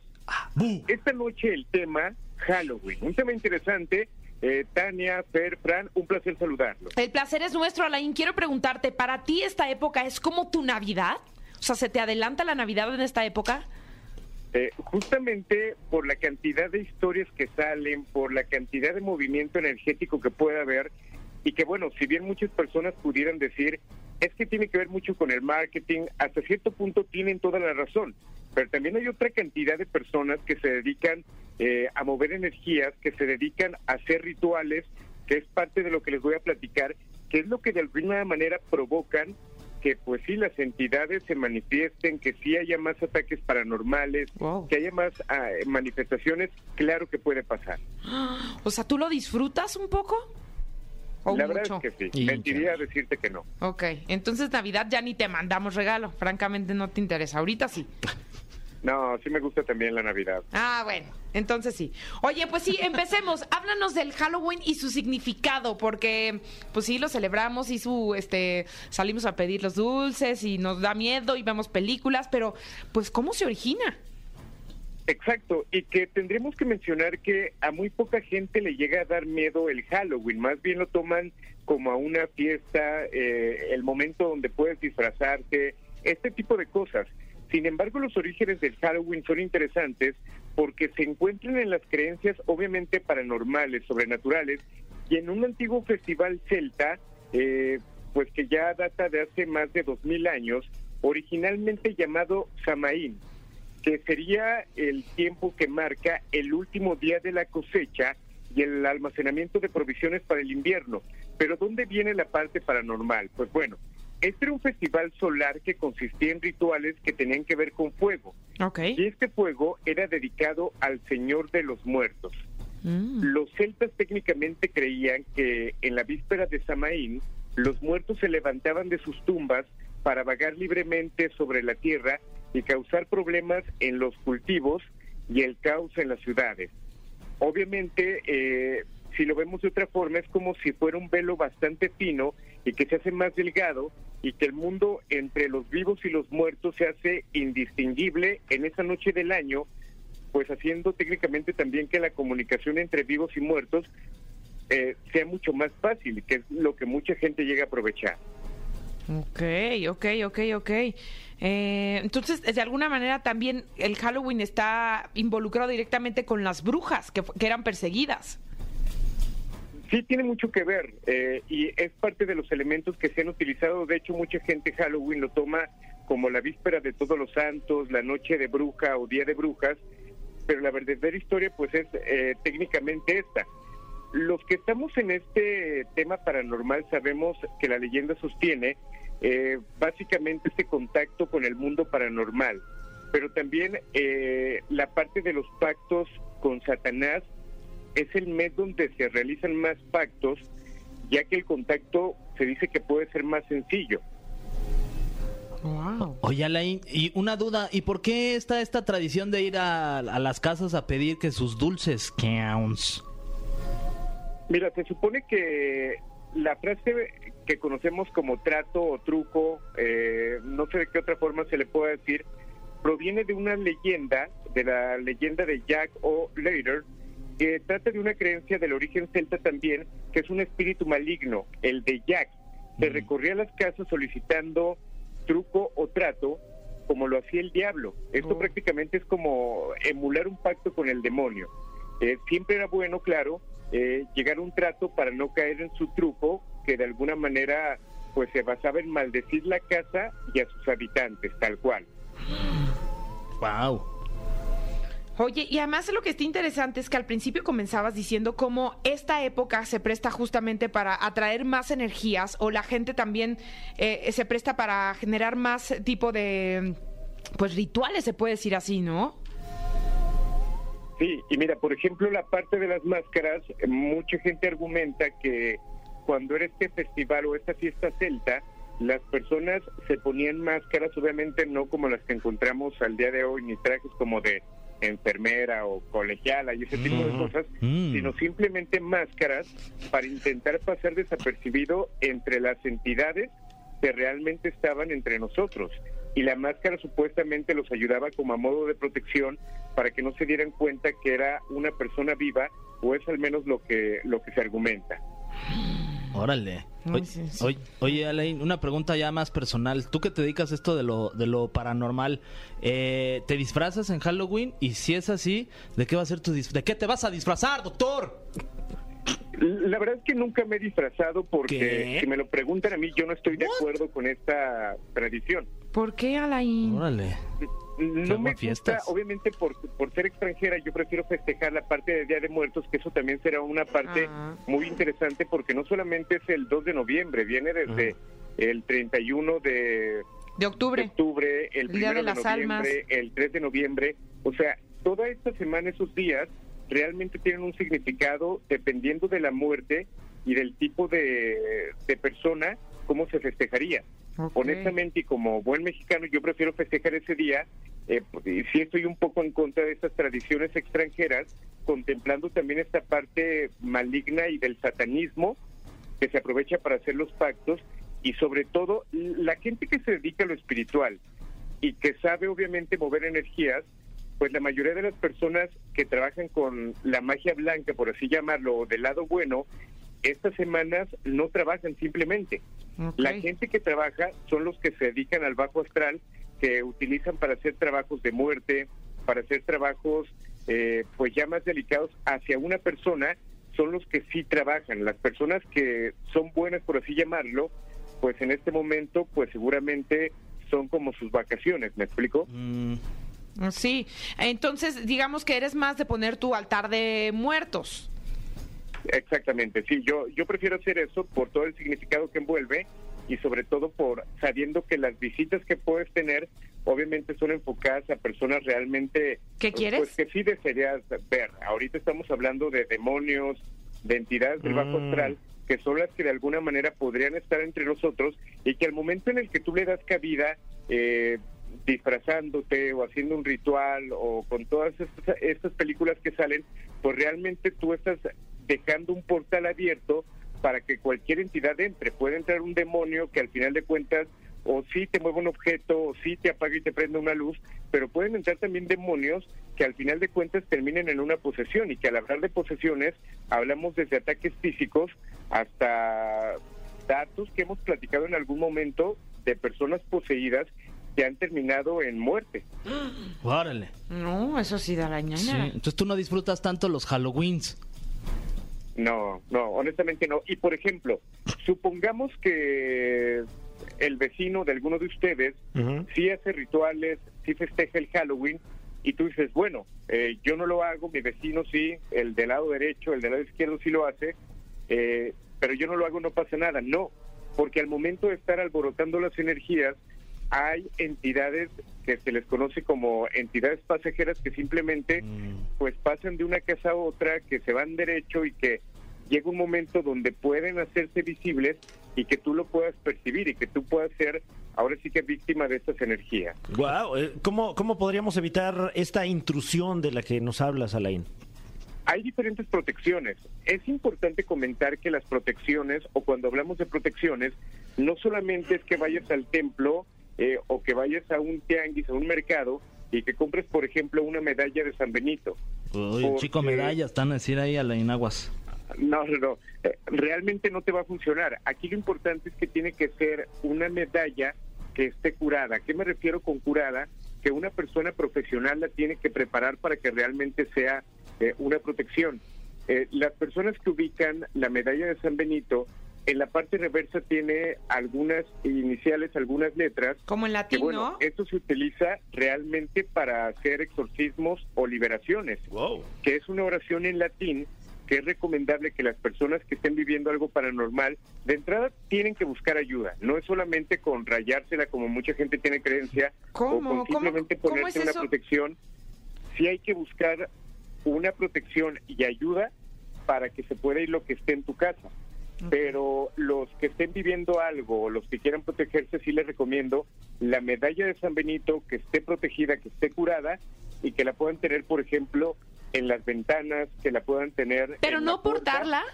Speaker 9: Esta noche el tema Halloween, un tema interesante. Eh, Tania, Fer, Fran, un placer saludarlos.
Speaker 2: El placer es nuestro, Alain. Quiero preguntarte, ¿para ti esta época es como tu Navidad? O sea, ¿se te adelanta la Navidad en esta época?
Speaker 9: Eh, justamente por la cantidad de historias que salen, por la cantidad de movimiento energético que puede haber, y que bueno, si bien muchas personas pudieran decir, es que tiene que ver mucho con el marketing, hasta cierto punto tienen toda la razón, pero también hay otra cantidad de personas que se dedican eh, a mover energías, que se dedican a hacer rituales, que es parte de lo que les voy a platicar, que es lo que de alguna manera provocan que pues sí las entidades se manifiesten, que sí haya más ataques paranormales,
Speaker 2: Wow.
Speaker 9: que haya más ah, manifestaciones, claro que puede pasar.
Speaker 2: O sea, ¿tú lo disfrutas un poco? ¿O
Speaker 9: la
Speaker 2: Oh, mucho?
Speaker 9: verdad es que sí,
Speaker 4: Y-
Speaker 9: mentiría decirte que no.
Speaker 2: Ok, entonces Navidad ya ni te mandamos regalo. Francamente, no te interesa. Ahorita sí.
Speaker 9: No, sí me gusta también la Navidad.
Speaker 2: Ah, bueno, entonces sí. Oye, pues sí, empecemos. *laughs* Háblanos del Halloween y su significado, porque pues sí lo celebramos y su este salimos a pedir los dulces y nos da miedo y vemos películas, pero pues ¿cómo se origina?
Speaker 9: Exacto, y que tendremos que mencionar que a muy poca gente le llega a dar miedo el Halloween, más bien lo toman como a una fiesta, eh, el momento donde puedes disfrazarte, este tipo de cosas. Sin embargo, los orígenes del Halloween son interesantes porque se encuentran en las creencias obviamente paranormales, sobrenaturales, y en un antiguo festival celta, eh, pues que ya data de hace más de 2000 años, originalmente llamado Samaín que sería el tiempo que marca el último día de la cosecha y el almacenamiento de provisiones para el invierno. Pero ¿dónde viene la parte paranormal? Pues bueno, este era un festival solar que consistía en rituales que tenían que ver con fuego.
Speaker 2: Ok.
Speaker 9: Y este fuego era dedicado al Señor de los Muertos.
Speaker 2: Mm.
Speaker 9: Los celtas técnicamente creían que en la víspera de Samaín los muertos se levantaban de sus tumbas para vagar libremente sobre la tierra y causar problemas en los cultivos y el caos en las ciudades. Obviamente, eh, si lo vemos de otra forma, es como si fuera un velo bastante fino y que se hace más delgado y que el mundo entre los vivos y los muertos se hace indistinguible en esa noche del año pues haciendo técnicamente también que la comunicación entre vivos y muertos eh, sea mucho más fácil, que es lo que mucha gente llega a aprovechar.
Speaker 2: Ok, ok, ok, ok. Eh, entonces, de alguna manera también el Halloween está involucrado directamente con las brujas que, fu- que eran perseguidas.
Speaker 9: Sí tiene mucho que ver eh, y es parte de los elementos que se han utilizado. De hecho, mucha gente Halloween lo toma como la víspera de todos los santos, la noche de bruja o día de brujas, pero la verdadera historia pues es eh, técnicamente esta. Los que estamos en este tema paranormal sabemos que la leyenda sostiene eh, básicamente este contacto con el mundo paranormal, pero también eh, la parte de los pactos con Satanás es el mes donde se realizan más pactos, ya que el contacto se dice que puede ser más sencillo.
Speaker 2: Wow.
Speaker 4: Oye, Alain, y una duda, ¿y por qué está esta tradición de ir a, a las casas a pedir que sus dulces que aún
Speaker 9: Mira, se supone que la frase que conocemos como trato o truco, eh, no sé de qué otra forma se le puede decir, proviene de una leyenda, de la leyenda de Jack O. Later, que trata de una creencia del origen celta también, que es un espíritu maligno, el de Jack, que recorría las casas solicitando truco o trato, como lo hacía el diablo. Esto
Speaker 2: Oh.
Speaker 9: prácticamente es como emular un pacto con el demonio. Eh, siempre era bueno, claro, eh, llegar a un trato para no caer en su truco, que de alguna manera pues se basaba en maldecir la casa y a sus habitantes, tal cual.
Speaker 4: Wow.
Speaker 2: Oye, y además lo que está interesante es que al principio comenzabas diciendo cómo esta época se presta justamente para atraer más energías o la gente también eh, se presta para generar más tipo de, pues rituales, se puede decir así, ¿no?
Speaker 9: Sí, y mira, por ejemplo, la parte de las máscaras, eh, mucha gente argumenta que cuando era este festival o esta fiesta celta, las personas se ponían máscaras, obviamente no como las que encontramos al día de hoy, ni trajes como de enfermera o colegiala y ese tipo de cosas,
Speaker 4: Mm.
Speaker 9: sino simplemente máscaras para intentar pasar desapercibido entre las entidades que realmente estaban entre nosotros. Y la máscara supuestamente los ayudaba como a modo de protección para que no se dieran cuenta que era una persona viva, o es al menos lo que, lo que se argumenta.
Speaker 4: Órale.
Speaker 2: Ay,
Speaker 4: Oye,
Speaker 2: sí, sí.
Speaker 4: oye, oye, Alain, una pregunta ya más personal. Tú que te dedicas a esto de lo, de lo paranormal, eh, ¿te disfrazas en Halloween? Y si es así, ¿de qué va a ser tu disfraz? ¿De qué te vas a disfrazar, doctor?
Speaker 9: La verdad es que nunca me he disfrazado porque
Speaker 4: ¿Qué?
Speaker 9: si me lo preguntan a mí, yo no estoy de acuerdo con esta tradición.
Speaker 2: ¿Por qué, Alain?
Speaker 4: Órale.
Speaker 9: No
Speaker 4: Toma
Speaker 9: me gusta,
Speaker 4: fiestas.
Speaker 9: obviamente por, por ser extranjera, yo prefiero festejar la parte del Día de Muertos, que eso también será una parte
Speaker 2: Ah.
Speaker 9: muy interesante porque no solamente es el 2 de noviembre, viene desde el 31 de
Speaker 2: De
Speaker 9: de
Speaker 2: Ah. octubre.
Speaker 9: octubre, el
Speaker 2: El Día
Speaker 9: primero
Speaker 2: de
Speaker 9: de,
Speaker 2: las
Speaker 9: noviembre,
Speaker 2: Almas.
Speaker 9: el 3 de noviembre. O sea, toda esta semana, esos días, realmente tienen un significado dependiendo de la muerte y del tipo de, de persona, cómo se festejaría.
Speaker 2: Ok.
Speaker 9: Honestamente, y como buen mexicano, yo prefiero festejar ese día. Eh, y sí estoy un poco en contra de estas tradiciones extranjeras, contemplando también esta parte maligna y del satanismo, que se aprovecha para hacer los pactos y sobre todo la gente que se dedica a lo espiritual y que sabe obviamente mover energías, pues la mayoría de las personas que trabajan con la magia blanca, por así llamarlo, o del lado bueno, estas semanas no trabajan simplemente.
Speaker 2: Ok.
Speaker 9: La gente que trabaja son los que se dedican al bajo astral, que utilizan para hacer trabajos de muerte, para hacer trabajos eh, pues ya más delicados hacia una persona, son los que sí trabajan. Las personas que son buenas, por así llamarlo, pues en este momento pues seguramente son como sus vacaciones, ¿me explico?
Speaker 4: Mm,
Speaker 2: Sí, entonces digamos que eres más de poner tu altar de muertos.
Speaker 9: Exactamente, sí, yo, yo prefiero hacer eso por todo el significado que envuelve y sobre todo por sabiendo que las visitas que puedes tener obviamente son enfocadas a personas realmente
Speaker 2: ¿Qué quieres?
Speaker 9: pues, que sí desearías ver. Ahorita estamos hablando de demonios, de entidades del bajo astral que son las que de alguna manera podrían estar entre nosotros y que al momento en el que tú le das cabida eh, disfrazándote o haciendo un ritual o con todas estas, estas películas que salen, pues realmente tú estás dejando un portal abierto para que cualquier entidad entre. Puede entrar un demonio que al final de cuentas o sí te mueve un objeto, o sí te apaga y te prende una luz, pero pueden entrar también demonios que al final de cuentas terminen en una posesión y que al hablar de posesiones hablamos desde ataques físicos hasta datos que hemos platicado en algún momento de personas poseídas que han terminado en muerte.
Speaker 4: Órale.
Speaker 2: No, eso sí da la
Speaker 4: Sí.
Speaker 2: ñaña.
Speaker 4: Entonces tú no disfrutas tanto los Halloweens.
Speaker 9: No, no, honestamente no. Y por ejemplo, supongamos que el vecino de alguno de ustedes sí hace rituales, sí festeja el Halloween, y tú dices, bueno, eh, yo no lo hago, mi vecino sí, el del lado derecho, el del lado izquierdo sí lo hace, eh, pero yo no lo hago, no pasa nada. No, porque al momento de estar alborotando las energías, hay entidades que se les conoce como entidades pasajeras que simplemente pues pasan de una casa a otra, que se van derecho y que llega un momento donde pueden hacerse visibles y que tú lo puedas percibir y que tú puedas ser ahora sí que víctima de estas energías.
Speaker 3: Wow, eh, ¿cómo, ¿cómo podríamos evitar esta intrusión de la que nos hablas, Alain?
Speaker 9: Hay diferentes protecciones. Es importante comentar que las protecciones, o cuando hablamos de protecciones, no solamente es que vayas al templo eh, o que vayas a un tianguis, a un mercado, y que compres, por ejemplo, una medalla de San Benito.
Speaker 4: Uy,
Speaker 9: Porque-
Speaker 4: chico medalla, están a decir ahí a la Inaguas.
Speaker 9: No, no, no. Eh, Realmente no te va a funcionar. Aquí lo importante es que tiene que ser una medalla que esté curada. ¿A qué me refiero con curada? Que una persona profesional la tiene que preparar para que realmente sea eh, una protección. Eh, las personas que ubican la medalla de San Benito, en la parte reversa tiene algunas iniciales, algunas letras
Speaker 2: Como en
Speaker 9: que
Speaker 2: latín,
Speaker 9: bueno,
Speaker 2: ¿no?
Speaker 9: esto se utiliza realmente para hacer exorcismos o liberaciones, que es una oración en latín que es recomendable que las personas que estén viviendo algo paranormal, de entrada tienen que buscar ayuda, no es solamente con rayársela como mucha gente tiene creencia, o
Speaker 2: ¿Cómo?
Speaker 9: con
Speaker 2: ¿Cómo-
Speaker 9: simplemente
Speaker 2: cómo
Speaker 9: ponerse
Speaker 2: es
Speaker 9: una
Speaker 2: eso?
Speaker 9: protección, sí hay que buscar una protección y ayuda para que se pueda ir lo que esté en tu casa. Pero los que estén viviendo algo o los que quieran protegerse, sí les recomiendo la medalla de San Benito que esté protegida, que esté curada y que la puedan tener, por ejemplo, en las ventanas, que la puedan tener.
Speaker 2: Pero
Speaker 9: en la
Speaker 2: no
Speaker 9: puerta.
Speaker 2: portarla.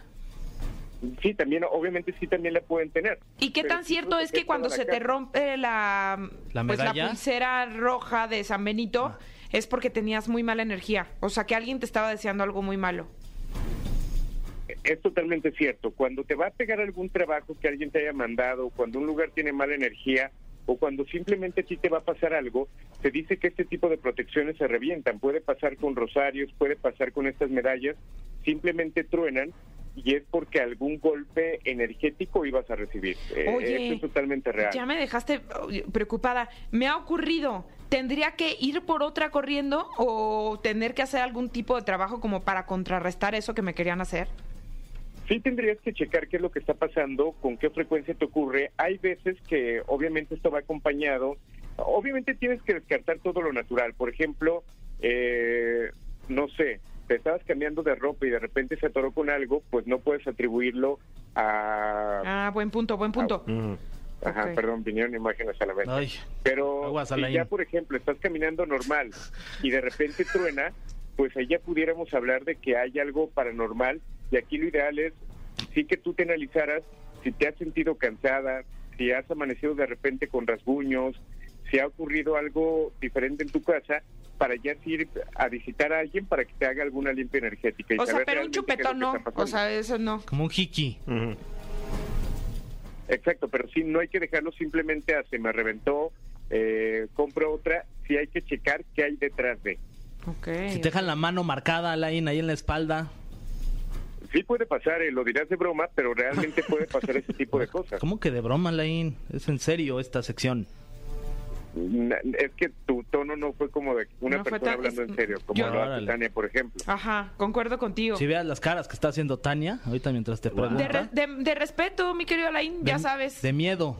Speaker 9: Sí, también, obviamente, sí, también la pueden tener.
Speaker 2: ¿Y qué
Speaker 9: Pero
Speaker 2: tan
Speaker 9: sí
Speaker 2: cierto es que
Speaker 9: proteger
Speaker 2: cuando
Speaker 9: toda
Speaker 2: se
Speaker 9: la
Speaker 2: te
Speaker 9: casa.
Speaker 2: rompe la,
Speaker 4: ¿La
Speaker 2: pues,
Speaker 4: medalla? Ah.
Speaker 2: pulsera roja de San Benito es porque tenías muy mala energía? O sea, que alguien te estaba deseando algo muy malo.
Speaker 9: es totalmente cierto. Cuando te va a pegar algún trabajo que alguien te haya mandado, cuando un lugar tiene mala energía o cuando simplemente a ti te va a pasar algo, se dice que este tipo de protecciones se revientan. Puede pasar con rosarios, puede pasar con estas medallas, simplemente truenan y es porque algún golpe energético ibas a recibir. Eh,
Speaker 2: Oye,
Speaker 9: esto es totalmente real.
Speaker 2: Ya me dejaste oh, preocupada. Me ha ocurrido. ¿Tendría que ir por otra corriendo o tener que hacer algún tipo de trabajo como para contrarrestar eso que me querían hacer?
Speaker 9: Sí tendrías que checar qué es lo que está pasando, con qué frecuencia te ocurre. Hay veces que obviamente esto va acompañado. Obviamente tienes que descartar todo lo natural. Por ejemplo, eh, no sé, te estabas cambiando de ropa y de repente se atoró con algo, pues no puedes atribuirlo a...
Speaker 2: Ah, buen punto, buen punto.
Speaker 9: Ajá,
Speaker 2: ok.
Speaker 9: perdón, vinieron imágenes a la vez.
Speaker 4: Ay,
Speaker 9: Pero
Speaker 4: Aguas,
Speaker 9: si
Speaker 4: Alain.
Speaker 9: ya, por ejemplo, estás caminando normal y de repente truena, pues ahí ya pudiéramos hablar de que hay algo paranormal y aquí lo ideal es sí que tú te analizaras si te has sentido cansada, si has amanecido de repente con rasguños, si ha ocurrido algo diferente en tu casa para ya ir a visitar a alguien para que te haga alguna limpia energética. y
Speaker 2: O sea,
Speaker 9: saber
Speaker 2: pero un
Speaker 9: realmente qué es lo
Speaker 2: chupetón
Speaker 9: que
Speaker 2: no.
Speaker 9: está
Speaker 2: O
Speaker 9: pasando.
Speaker 2: sea, eso no.
Speaker 4: como un hiki.
Speaker 9: Exacto, pero sí, no hay que dejarlo simplemente a se me reventó, eh, compro otra, sí hay que checar qué hay detrás de.
Speaker 2: Ok.
Speaker 4: Si te dejan la mano marcada, Alain, ahí en la espalda.
Speaker 9: Sí puede pasar, eh, lo dirás de broma, pero realmente puede pasar ese tipo
Speaker 3: *laughs*
Speaker 9: de cosas.
Speaker 4: ¿Cómo que de broma, Alain? Es en serio esta sección.
Speaker 9: Na- Es que tu tono no fue como de una
Speaker 2: No fue
Speaker 9: persona
Speaker 2: tan-
Speaker 9: hablando en serio, como
Speaker 2: Yo-
Speaker 9: lo hace
Speaker 4: Órale.
Speaker 9: Tania, por ejemplo.
Speaker 2: Ajá, concuerdo contigo.
Speaker 4: Si veas las caras que está haciendo Tania, ahorita mientras te pregunta.
Speaker 2: De, re- de- de respeto, mi querido Alain, ya
Speaker 4: De-
Speaker 2: sabes.
Speaker 4: De miedo.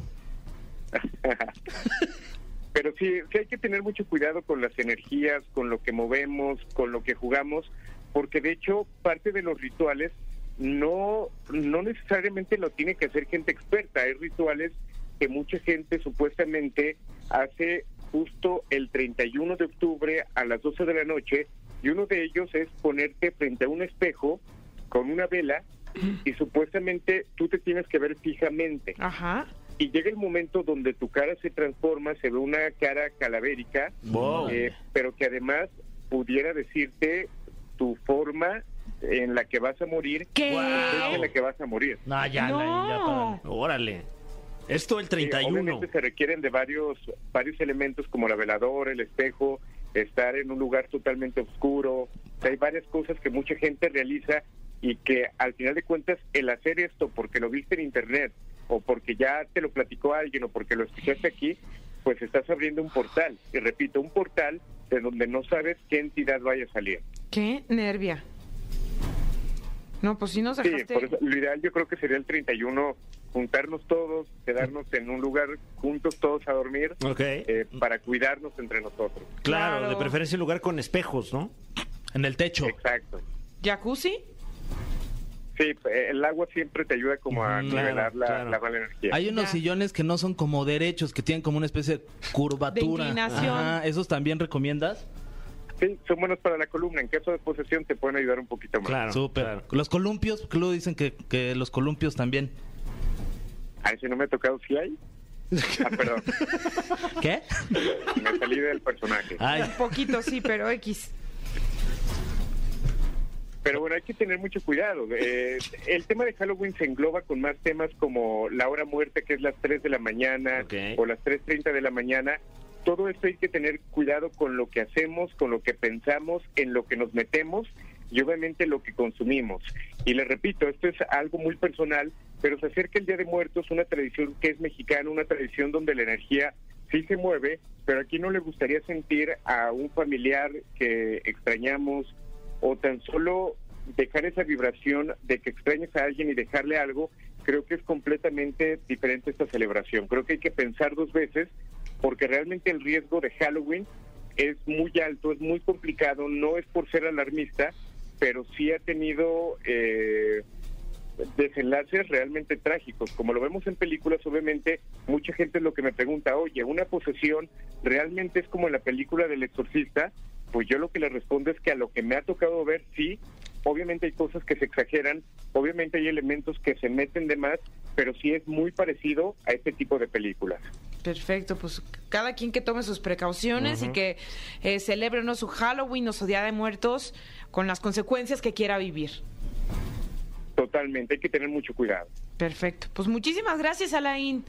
Speaker 9: Pero sí, sí hay que tener mucho cuidado con las energías, con lo que movemos, con lo que jugamos, porque de hecho parte de los rituales no, no necesariamente lo tiene que hacer gente experta. Hay rituales que mucha gente supuestamente hace justo el 31 de octubre a las 12 de la noche y uno de ellos es ponerte frente a un espejo con una vela y supuestamente tú te tienes que ver fijamente
Speaker 2: Ajá.
Speaker 9: y llega el momento donde tu cara se transforma, se ve una cara calavérica,
Speaker 3: Oh.
Speaker 9: eh, pero que además pudiera decirte tu forma en la que vas a morir,
Speaker 2: ¿Qué?
Speaker 9: fecha en la que vas a morir.
Speaker 3: No,
Speaker 2: No.
Speaker 3: Órale. Esto el
Speaker 9: Eh,
Speaker 3: 31.
Speaker 9: obviamente se requieren de varios, varios elementos como la veladora, el espejo, estar en un lugar totalmente oscuro. O sea, hay varias cosas que mucha gente realiza y que al final de cuentas el hacer esto porque lo viste en internet o porque ya te lo platicó alguien o porque lo escuchaste aquí, pues estás abriendo un portal. Y repito, un portal de donde no sabes qué entidad vaya a salir.
Speaker 2: Qué nervia. No, pues sí nos
Speaker 9: Sí,
Speaker 2: dejaste.
Speaker 9: por eso, lo ideal yo creo que sería el 31 juntarnos todos, quedarnos en un lugar juntos todos a dormir
Speaker 3: Ok.
Speaker 9: eh, para cuidarnos entre nosotros.
Speaker 3: claro,
Speaker 2: claro.
Speaker 3: de preferencia un lugar con espejos, ¿no?
Speaker 4: En el techo.
Speaker 9: Exacto.
Speaker 2: ¿Jacuzzi?
Speaker 9: Sí, eh, el agua siempre te ayuda como a
Speaker 4: Mm,
Speaker 9: nivelar
Speaker 4: claro,
Speaker 9: la,
Speaker 4: claro.
Speaker 9: la mala energía.
Speaker 4: Hay unos
Speaker 2: Ya.
Speaker 4: sillones que no son como derechos, que tienen como una especie de curvatura.
Speaker 2: De inclinación.
Speaker 4: Ajá, ¿Esos también recomiendas?
Speaker 9: Sí, son buenos para la columna. En caso de posesión te pueden ayudar un poquito más.
Speaker 3: Claro.
Speaker 4: Súper.
Speaker 3: claro.
Speaker 4: Los columpios, porque luego dicen que, que los columpios también.
Speaker 9: Ay, si no me ha tocado, si hay. Ah,
Speaker 4: *laughs*
Speaker 9: perdón,
Speaker 4: ¿Qué?
Speaker 9: me salí del personaje.
Speaker 4: Ay,
Speaker 2: Un poquito sí, pero X.
Speaker 9: Pero bueno, hay que tener mucho cuidado. Eh, el tema de Halloween se engloba con más temas como la hora muerta, que es las 3 de la mañana
Speaker 3: Ok.
Speaker 9: o las 3.30 de la mañana. Todo esto hay que tener cuidado con lo que hacemos, con lo que pensamos, en lo que nos metemos y obviamente lo que consumimos. Y les repito, esto es algo muy personal, pero se acerca el Día de Muertos, una tradición que es mexicana, una tradición donde la energía sí se mueve, pero aquí no le gustaría sentir a un familiar que extrañamos o tan solo dejar esa vibración de que extrañes a alguien y dejarle algo, creo que es completamente diferente esta celebración. Creo que hay que pensar dos veces porque realmente el riesgo de Halloween es muy alto, es muy complicado, no es por ser alarmista, pero sí ha tenido eh, desenlaces realmente trágicos. Como lo vemos en películas, obviamente, mucha gente es lo que me pregunta, oye, ¿una posesión realmente es como en la película del exorcista? Pues yo lo que le respondo es que a lo que me ha tocado ver, sí, obviamente hay cosas que se exageran, obviamente hay elementos que se meten de más, pero sí es muy parecido a este tipo de películas.
Speaker 2: Perfecto, pues cada quien que tome sus precauciones y que eh, celebre ¿no? su Halloween o su Día de Muertos con las consecuencias que quiera vivir.
Speaker 9: Totalmente, hay que tener mucho cuidado.
Speaker 2: Perfecto. Pues muchísimas gracias, Alain.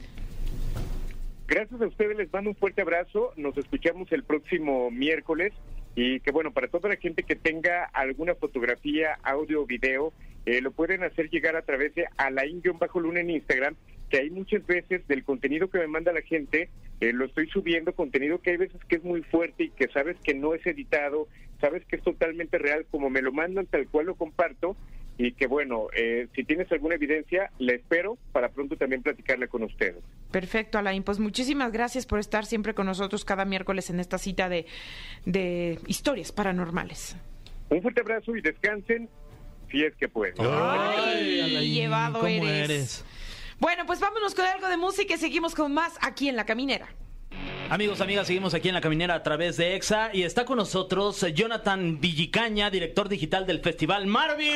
Speaker 9: Gracias a ustedes, les mando un fuerte abrazo. Nos escuchamos el próximo miércoles. Y que bueno, para toda la gente que tenga alguna fotografía, audio o video, eh, lo pueden hacer llegar a través de alain-luna en Instagram, que hay muchas veces del contenido que me manda la gente, eh, lo estoy subiendo, contenido que hay veces que es muy fuerte y que sabes que no es editado, sabes que es totalmente real, como me lo mandan, tal cual lo comparto. Y que bueno, eh, si tienes alguna evidencia, la espero para pronto también platicarla con ustedes.
Speaker 2: Perfecto, Alain. Pues muchísimas gracias por estar siempre con nosotros cada miércoles en esta cita de, de historias paranormales.
Speaker 9: Un fuerte abrazo y descansen si es que pueden.
Speaker 2: Ay, llevado
Speaker 4: ¿cómo
Speaker 2: eres.
Speaker 4: eres?
Speaker 2: Bueno, pues vámonos con algo de música y seguimos con más aquí en La Caminera.
Speaker 4: Amigos, amigas, seguimos aquí en la caminera a través de EXA y está con nosotros eh, Jonathan Villicaña, director digital del Festival Marvin.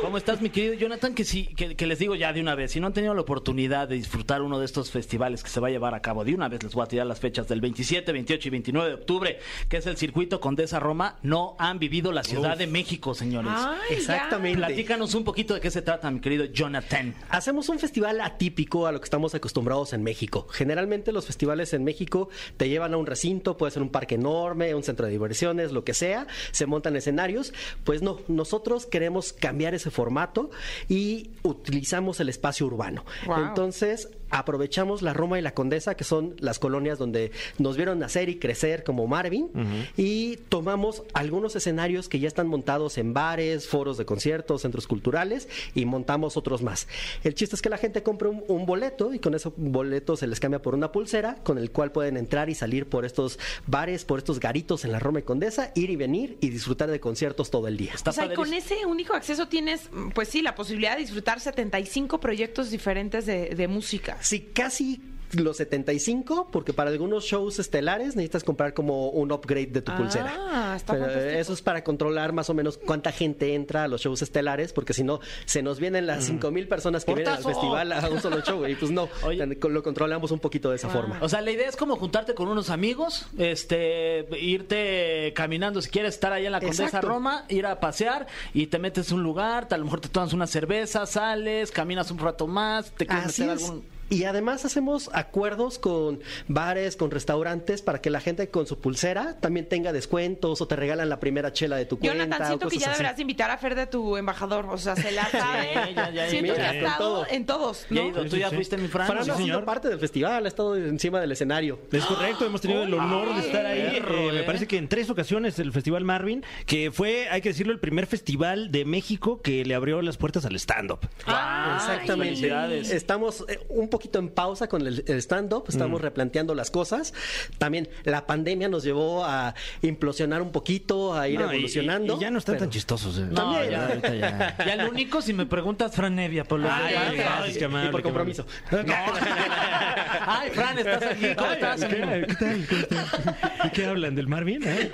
Speaker 4: ¿Cómo estás, mi querido Jonathan? Que sí, que, que les digo ya de una vez, si no han tenido la oportunidad de disfrutar uno de estos festivales que se va a llevar a cabo de una vez, les voy a tirar las fechas del 27, 28 y 29 de octubre, que es el circuito Condesa Roma, no han vivido la Ciudad de México, señores.
Speaker 2: Ay,
Speaker 10: Ah, Exactamente.
Speaker 4: Platícanos un poquito de qué se trata, mi querido Jonathan.
Speaker 10: Hacemos un festival atípico a lo que estamos acostumbrados en México. Generalmente los festivales en México te llevan a un recinto, puede ser un parque enorme, un centro de diversiones, lo que sea, se montan escenarios. Pues no, nosotros queremos cambiar ese formato y utilizamos el espacio urbano.
Speaker 2: Wow.
Speaker 10: Entonces aprovechamos la Roma y la Condesa, que son las colonias donde nos vieron nacer y crecer como Marvin, y tomamos algunos escenarios que ya están montados en bares, foros de conciertos, centros culturales, y montamos otros más. El chiste es que la gente compra un, un boleto y con ese boleto se les cambia por una pulsera con el cual pueden entrar y salir por estos bares, por estos garitos en la Roma y Condesa, ir y venir y disfrutar de conciertos todo el día.
Speaker 4: Está
Speaker 2: o sea, y
Speaker 4: padrísimo.
Speaker 2: Pues con ese único acceso tienes, mm, pues sí, la posibilidad de disfrutar 75 proyectos diferentes de, de música.
Speaker 10: Sí, casi los 75, porque para algunos shows estelares necesitas comprar como un upgrade de tu
Speaker 2: Ah,
Speaker 10: pulsera.
Speaker 2: está
Speaker 10: Pero eh,
Speaker 2: fantástico.
Speaker 10: eso es para controlar más o menos cuánta gente entra a los shows estelares, porque si no, se nos vienen las 5000 personas que vienen al festival a un solo show y pues no,
Speaker 4: Oye.
Speaker 10: lo controlamos un poquito
Speaker 2: Ah,
Speaker 10: de esa forma.
Speaker 4: O sea, la idea es como juntarte con unos amigos, este, irte caminando si quieres estar ahí en la Condesa
Speaker 10: Exacto.
Speaker 4: Roma, ir a pasear y te metes a un lugar, a lo mejor te tomas una cerveza, sales, caminas un rato más, te quieres
Speaker 10: Así
Speaker 4: meter
Speaker 10: es.
Speaker 4: algún
Speaker 10: Y además hacemos acuerdos con bares, con restaurantes, para que la gente con su pulsera también tenga descuentos o te regalan la primera chela de tu cuenta.
Speaker 2: Jonathan,
Speaker 10: o
Speaker 2: siento que
Speaker 10: cosas
Speaker 2: ya
Speaker 10: así.
Speaker 2: deberás de invitar a Fer de tu embajador. O sea, se la sabe.
Speaker 4: ya, ya,
Speaker 2: siento
Speaker 10: mira,
Speaker 2: que ha
Speaker 10: con
Speaker 2: estado
Speaker 10: todo.
Speaker 2: en todos, ¿no?
Speaker 4: Ya he ido, tú ya fuiste mi Fran.
Speaker 10: Fran
Speaker 4: Sí,
Speaker 10: ha sido
Speaker 4: señor.
Speaker 10: parte del festival, ha estado encima del escenario.
Speaker 3: Es correcto, hemos tenido el honor de estar ahí.
Speaker 4: perro,
Speaker 3: Eh,
Speaker 4: eh.
Speaker 3: Me parece que en tres ocasiones el Festival Marvin, que fue, hay que decirlo, el primer festival de México que le abrió las puertas al stand-up.
Speaker 2: Ay,
Speaker 10: Exactamente.
Speaker 4: felicidades.
Speaker 10: Estamos eh, un poquito en pausa con el, el stand-up, estamos
Speaker 3: Mm.
Speaker 10: replanteando las cosas. También la pandemia nos llevó a implosionar un poquito, a ir
Speaker 3: No, y- y-
Speaker 10: evolucionando.
Speaker 3: Y, ya no están
Speaker 10: pero-
Speaker 3: tan chistosos. eh.
Speaker 4: No, ya, ahorita ya. Ya lo único, si me preguntas, Fran Evia, por los
Speaker 10: Ay,
Speaker 4: demás.
Speaker 10: ay, ay,
Speaker 3: qué amable,
Speaker 10: y por
Speaker 3: qué amable. *laughs*
Speaker 10: compromiso. *laughs*
Speaker 4: Ay, Fran, estás aquí. ¿Cómo estás, amigo?
Speaker 3: ¿Qué, ¿Qué tal? ¿Cómo están? ¿De qué hablan? ¿Del Marvin? eh?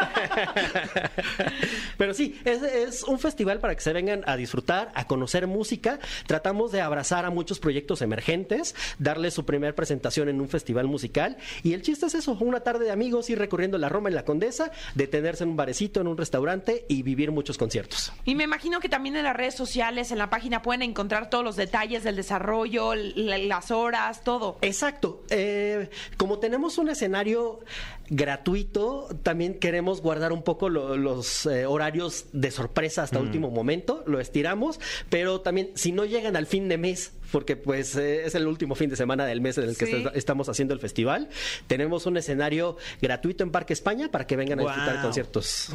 Speaker 10: *laughs* Pero sí, es, es un festival para que se vengan a disfrutar, a conocer música. Tratamos de abrazar a muchos proyectos emergentes, darles su primer presentación en un festival musical. Y el chiste es eso, una tarde de amigos, ir recorriendo la Roma y la Condesa, detenerse en un barecito, en un restaurante y vivir muchos conciertos.
Speaker 2: Y me imagino que también en las redes sociales, en la página, pueden encontrar todos los detalles del desarrollo, l- las horas, todo.
Speaker 10: Exacto. Eh, como tenemos un escenario gratuito, también queremos guardar un poco lo- los eh, horarios de sorpresa hasta último momento, lo estiramos, pero también si no llegan al fin de mes, porque pues eh, es el último fin de semana del mes en el que
Speaker 2: Sí.
Speaker 10: est- estamos haciendo el festival, tenemos un escenario gratuito en Parque España para que vengan a disfrutar
Speaker 3: Wow.
Speaker 10: conciertos.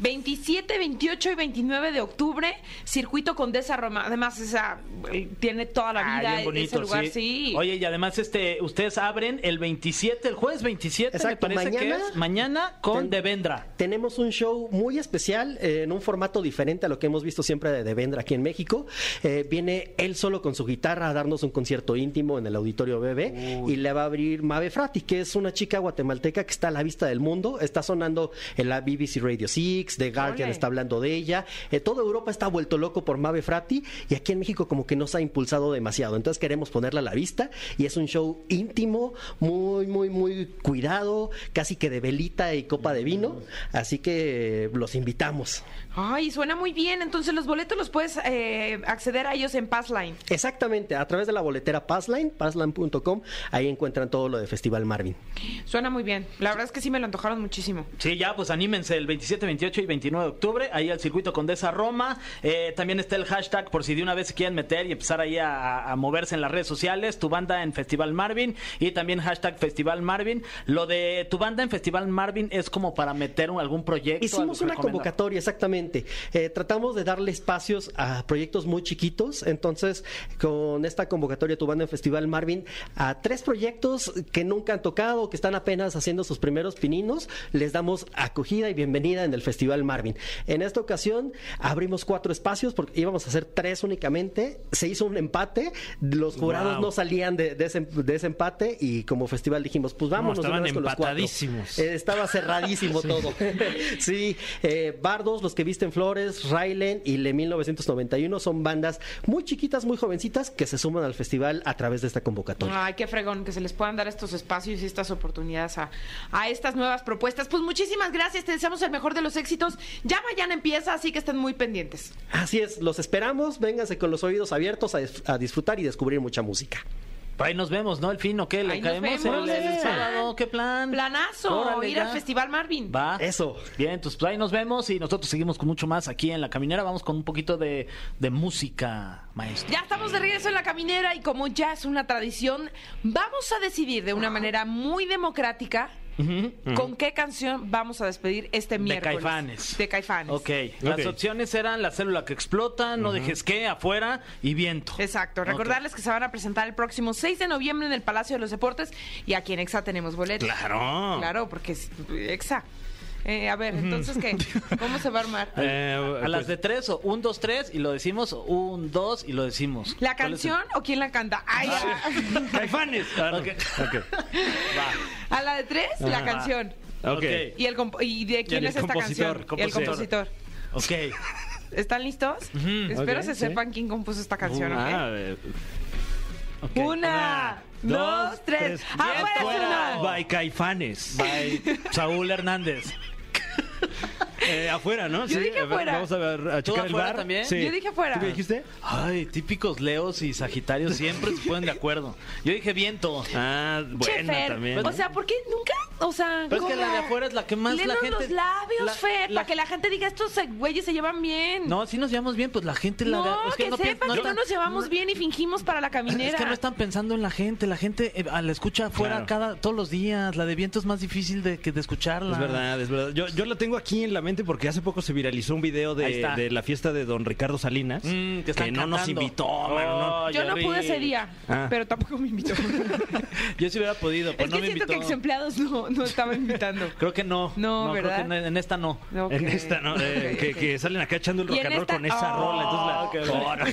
Speaker 2: 27, 28 y 29 de octubre, Circuito Condesa Roma. Además, esa, eh, tiene toda la
Speaker 4: Ah,
Speaker 2: vida e-,
Speaker 4: bien bonito,
Speaker 2: ese lugar, sí.
Speaker 4: Oye, y además este, ustedes abren el 27, el jueves 27,
Speaker 10: Exacto,
Speaker 4: me parece
Speaker 10: mañana-
Speaker 4: que es mañana con
Speaker 10: Ten-
Speaker 4: Devendra.
Speaker 10: Tenemos un show muy especial eh, en un formato diferente a lo que hemos visto siempre de Devendra aquí en México. Eh, viene él solo con su guitarra a darnos un concierto íntimo en el Auditorio Bebé y le va a abrir Mave Frati, que es una chica guatemalteca que está a la vista del mundo. Está sonando en la BBC Radio 6, The Guardian
Speaker 2: Ole.
Speaker 10: está hablando de ella. Eh, toda Europa está vuelto loco por Mave Frati y aquí en México como que nos ha impulsado demasiado. Entonces queremos ponerla a la vista y es un show íntimo, muy, muy, muy cuidado, casi que de velita y copa de vino. Así que eh, los invitamos.
Speaker 2: Ay, suena muy bien. Entonces, los boletos los puedes eh, acceder a ellos en Passline.
Speaker 10: Exactamente, a través de la boletera Passline, passline.com, ahí encuentran todo lo de Festival Marvin.
Speaker 2: Suena muy bien. La verdad es que sí me lo antojaron muchísimo.
Speaker 4: Sí, ya, pues anímense el 27, 28 y 29 de octubre, ahí al circuito Condesa Roma. Eh, también está el hashtag por si de una vez se quieren meter y empezar ahí a, a moverse en las redes sociales, tu banda en Festival Marvin y también hashtag Festival Marvin. Lo de tu banda en Festival Marvin es como para meter un- algún proyecto.
Speaker 10: Hicimos
Speaker 4: algo
Speaker 10: una
Speaker 4: recomendado.
Speaker 10: convocatoria, exactamente. Eh, tratamos de darle espacios a proyectos muy chiquitos. Entonces, con esta convocatoria Tu Banda en Festival Marvin, a tres proyectos que nunca han tocado, que están apenas haciendo sus primeros pininos, les damos acogida y bienvenida en el Festival Marvin. En esta ocasión abrimos cuatro espacios porque íbamos a hacer tres únicamente. Se hizo un empate, los jurados
Speaker 3: Wow.
Speaker 10: no salían de, de ese, de ese empate y como festival dijimos, pues vámonos de una
Speaker 3: estaban
Speaker 10: vez con los cuatro.
Speaker 3: empatadísimos.
Speaker 10: Eh, estaba cerradísimo todo. *laughs* sí, eh, Bardos, Los que visten flores, Railen y Le 1991 son bandas muy chiquitas, muy jovencitas que se suman al festival a través de esta convocatoria.
Speaker 2: Ay, qué fregón que se les puedan dar estos espacios y estas oportunidades a, a estas nuevas propuestas. Pues muchísimas gracias, te deseamos el mejor de los éxitos. Ya mañana empieza, así que estén muy pendientes.
Speaker 10: Así es, los esperamos, vénganse con los oídos abiertos a, dis- a disfrutar y descubrir mucha música.
Speaker 4: Ahí nos vemos, ¿no? El fin, ¿o qué? ¿Le
Speaker 2: Ahí nos
Speaker 4: caemos
Speaker 2: vemos.
Speaker 4: el, el sábado? ¿Qué plan?
Speaker 2: Planazo,
Speaker 4: Órale,
Speaker 2: ir
Speaker 4: ya.
Speaker 2: al Festival Marvin.
Speaker 4: Va.
Speaker 10: Eso.
Speaker 4: Bien, pues ahí nos vemos y nosotros seguimos con mucho más aquí en La Caminera. Vamos con un poquito de, de música, maestro.
Speaker 2: Ya estamos de regreso en la caminera y como ya es una tradición, vamos a decidir de una manera muy democrática con qué canción vamos a despedir este miércoles.
Speaker 4: Caifanes.
Speaker 2: De Caifanes.
Speaker 4: Ok, las
Speaker 3: Ok.
Speaker 4: opciones eran la célula que explota, no dejes que, afuera y viento.
Speaker 2: Exacto. Recordarles que se van a presentar el próximo 6 de noviembre en el Palacio de los Deportes y aquí en EXA tenemos boletos.
Speaker 3: Claro.
Speaker 2: Claro, porque es EXA. Eh, a ver, entonces,
Speaker 4: *laughs*
Speaker 2: ¿qué? ¿Cómo se va a armar?
Speaker 3: Eh,
Speaker 4: A
Speaker 2: Ah, pues.
Speaker 4: las de tres o un, dos, tres y lo decimos, o un, dos y lo decimos.
Speaker 2: ¿La
Speaker 4: ¿Cuál es el- Ah.
Speaker 2: canción o quién la canta? Ay, a-
Speaker 3: Caifanes. Ah, no.
Speaker 4: Ok.
Speaker 3: Ok.
Speaker 2: *laughs* a la de tres,
Speaker 4: Ah.
Speaker 2: la canción.
Speaker 3: Ok.
Speaker 4: Ok.
Speaker 2: ¿Y, el comp- y de quién
Speaker 3: el
Speaker 2: es esta
Speaker 3: compositor,
Speaker 2: canción? Y el compositor.
Speaker 4: compositor. Ok.
Speaker 2: ¿Están listos? Espero
Speaker 3: Ok,
Speaker 2: se
Speaker 3: sí.
Speaker 2: sepan quién compuso esta canción, ¿ok?
Speaker 3: Ah, eh,
Speaker 2: Una, dos, tres. Ah, ¡Afuera, es una!
Speaker 3: By Caifanes.
Speaker 4: Ay, Saúl Hernández.
Speaker 3: Eh, afuera, ¿no?
Speaker 2: Yo dije
Speaker 3: a ver,
Speaker 2: afuera.
Speaker 3: Vamos a, ver, a
Speaker 4: ¿Tú
Speaker 3: checar el
Speaker 4: afuera
Speaker 3: bar.
Speaker 4: también?
Speaker 2: Yo dije afuera.
Speaker 3: ¿Tú qué dijiste?
Speaker 4: Ay, típicos leos y sagitarios siempre se ponen de acuerdo. Yo dije viento.
Speaker 3: Ah,
Speaker 2: Che,
Speaker 3: buena
Speaker 2: Fer,
Speaker 3: también.
Speaker 2: O sea, ¿por qué nunca? O sea,
Speaker 4: Pero es que
Speaker 2: ¿cómo?
Speaker 4: la de afuera es la que más la
Speaker 2: Léenos
Speaker 4: gente-
Speaker 2: los labios,
Speaker 4: la-
Speaker 2: Fer,
Speaker 4: la-
Speaker 2: para que la gente diga estos eh, güeyes se llevan bien.
Speaker 4: No, si nos llevamos bien, pues la gente la
Speaker 2: No,
Speaker 4: es
Speaker 2: que,
Speaker 4: pi-
Speaker 2: sepan que no
Speaker 4: están-
Speaker 2: nos llevamos
Speaker 4: no-
Speaker 2: bien y fingimos para la caminera.
Speaker 4: Es que no están pensando en la gente, la gente eh, la escucha afuera
Speaker 3: Claro.
Speaker 4: cada todos los días, la de viento es más difícil de que de escucharla.
Speaker 3: Es verdad, es verdad. Yo, yo la tengo aquí en la mente gente porque hace poco se viralizó un video
Speaker 4: Ahí
Speaker 3: de,
Speaker 4: está.
Speaker 3: de la fiesta de don Ricardo Salinas
Speaker 4: Mm, que
Speaker 3: que,
Speaker 4: están
Speaker 3: no nos
Speaker 4: cantando.
Speaker 3: invitó,
Speaker 4: Oh,
Speaker 3: mano, no.
Speaker 2: Yo no
Speaker 4: Jerry.
Speaker 2: pude ese día,
Speaker 3: Ah.
Speaker 2: pero tampoco me
Speaker 4: *laughs*
Speaker 2: invitó.
Speaker 4: Yo sí hubiera podido, pero
Speaker 2: es
Speaker 4: Pues no
Speaker 2: que
Speaker 4: me
Speaker 2: siento que
Speaker 4: invitó.
Speaker 2: ex empleados no, no estaban invitando.
Speaker 4: Creo que no.
Speaker 2: No,
Speaker 4: creo
Speaker 2: ¿verdad?
Speaker 4: que *laughs* en, en esta no.
Speaker 2: Ok.
Speaker 3: En esta, ¿no? Eh,
Speaker 2: Ok,
Speaker 3: que,
Speaker 2: ok.
Speaker 3: que salen acá echando el
Speaker 2: Y
Speaker 3: rock
Speaker 2: en
Speaker 3: and roll
Speaker 2: esta-
Speaker 3: con esa
Speaker 2: Oh,
Speaker 3: rola. Entonces la,
Speaker 4: ok,
Speaker 3: Ahora.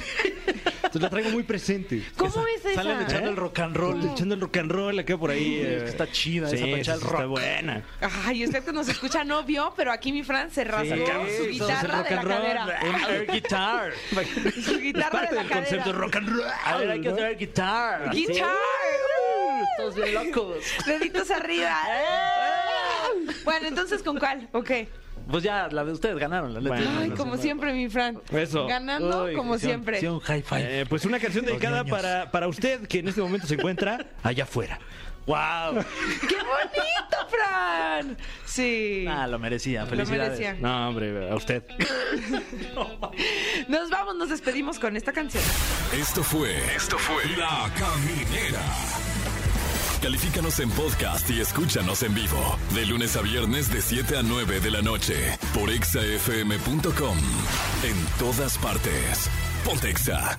Speaker 3: Entonces la traigo muy presente.
Speaker 2: ¿Cómo es esa?
Speaker 4: Salen echando el rock and roll.
Speaker 3: Estoy echando el rock and roll acá por ahí.
Speaker 4: es que
Speaker 3: eh.
Speaker 4: está chida esa
Speaker 3: Sí,
Speaker 4: para echar el
Speaker 3: sí,
Speaker 4: rock.
Speaker 3: Está buena.
Speaker 2: Ay, usted que nos escucha no vio, pero aquí mi Fran se rasgó
Speaker 4: Sí,
Speaker 2: su
Speaker 4: entonces
Speaker 2: guitarra
Speaker 4: rock
Speaker 2: de la
Speaker 4: and roll,
Speaker 2: cadera.
Speaker 4: Un air guitar.
Speaker 2: Su guitarra
Speaker 3: Parte
Speaker 2: de la cadera.
Speaker 3: del concepto rock and roll.
Speaker 4: A ver, hay que hacer air guitar.
Speaker 2: Guitar.
Speaker 4: Todos bien locos. ¡Eh!
Speaker 2: Deditos arriba. Bueno, entonces, ¿con cuál? Ok.
Speaker 4: Pues ya, la de ustedes ganaron, la neta.
Speaker 3: Bueno,
Speaker 2: Ay,
Speaker 3: no
Speaker 2: como siempre, mi Fran.
Speaker 3: Eso.
Speaker 2: Ganando,
Speaker 4: Uy,
Speaker 2: como
Speaker 4: sí, un-
Speaker 2: siempre.
Speaker 4: sí, un high five.
Speaker 3: Eh, pues una canción dedicada
Speaker 4: ñoños.
Speaker 3: para, para usted que en este momento se encuentra allá afuera.
Speaker 4: ¡Wow!
Speaker 2: ¡Qué bonito, Fran! Sí.
Speaker 4: Ah, lo merecía.
Speaker 2: Lo
Speaker 4: Felicidades.
Speaker 2: merecía.
Speaker 3: No, hombre, a usted.
Speaker 2: Nos vamos, nos despedimos con esta canción.
Speaker 1: Esto fue. Esto fue. La Caminera. Califícanos en podcast y escúchanos en vivo. De lunes a viernes, de 7 a 9 de la noche. Por exafm.com. En todas partes. Pontexa.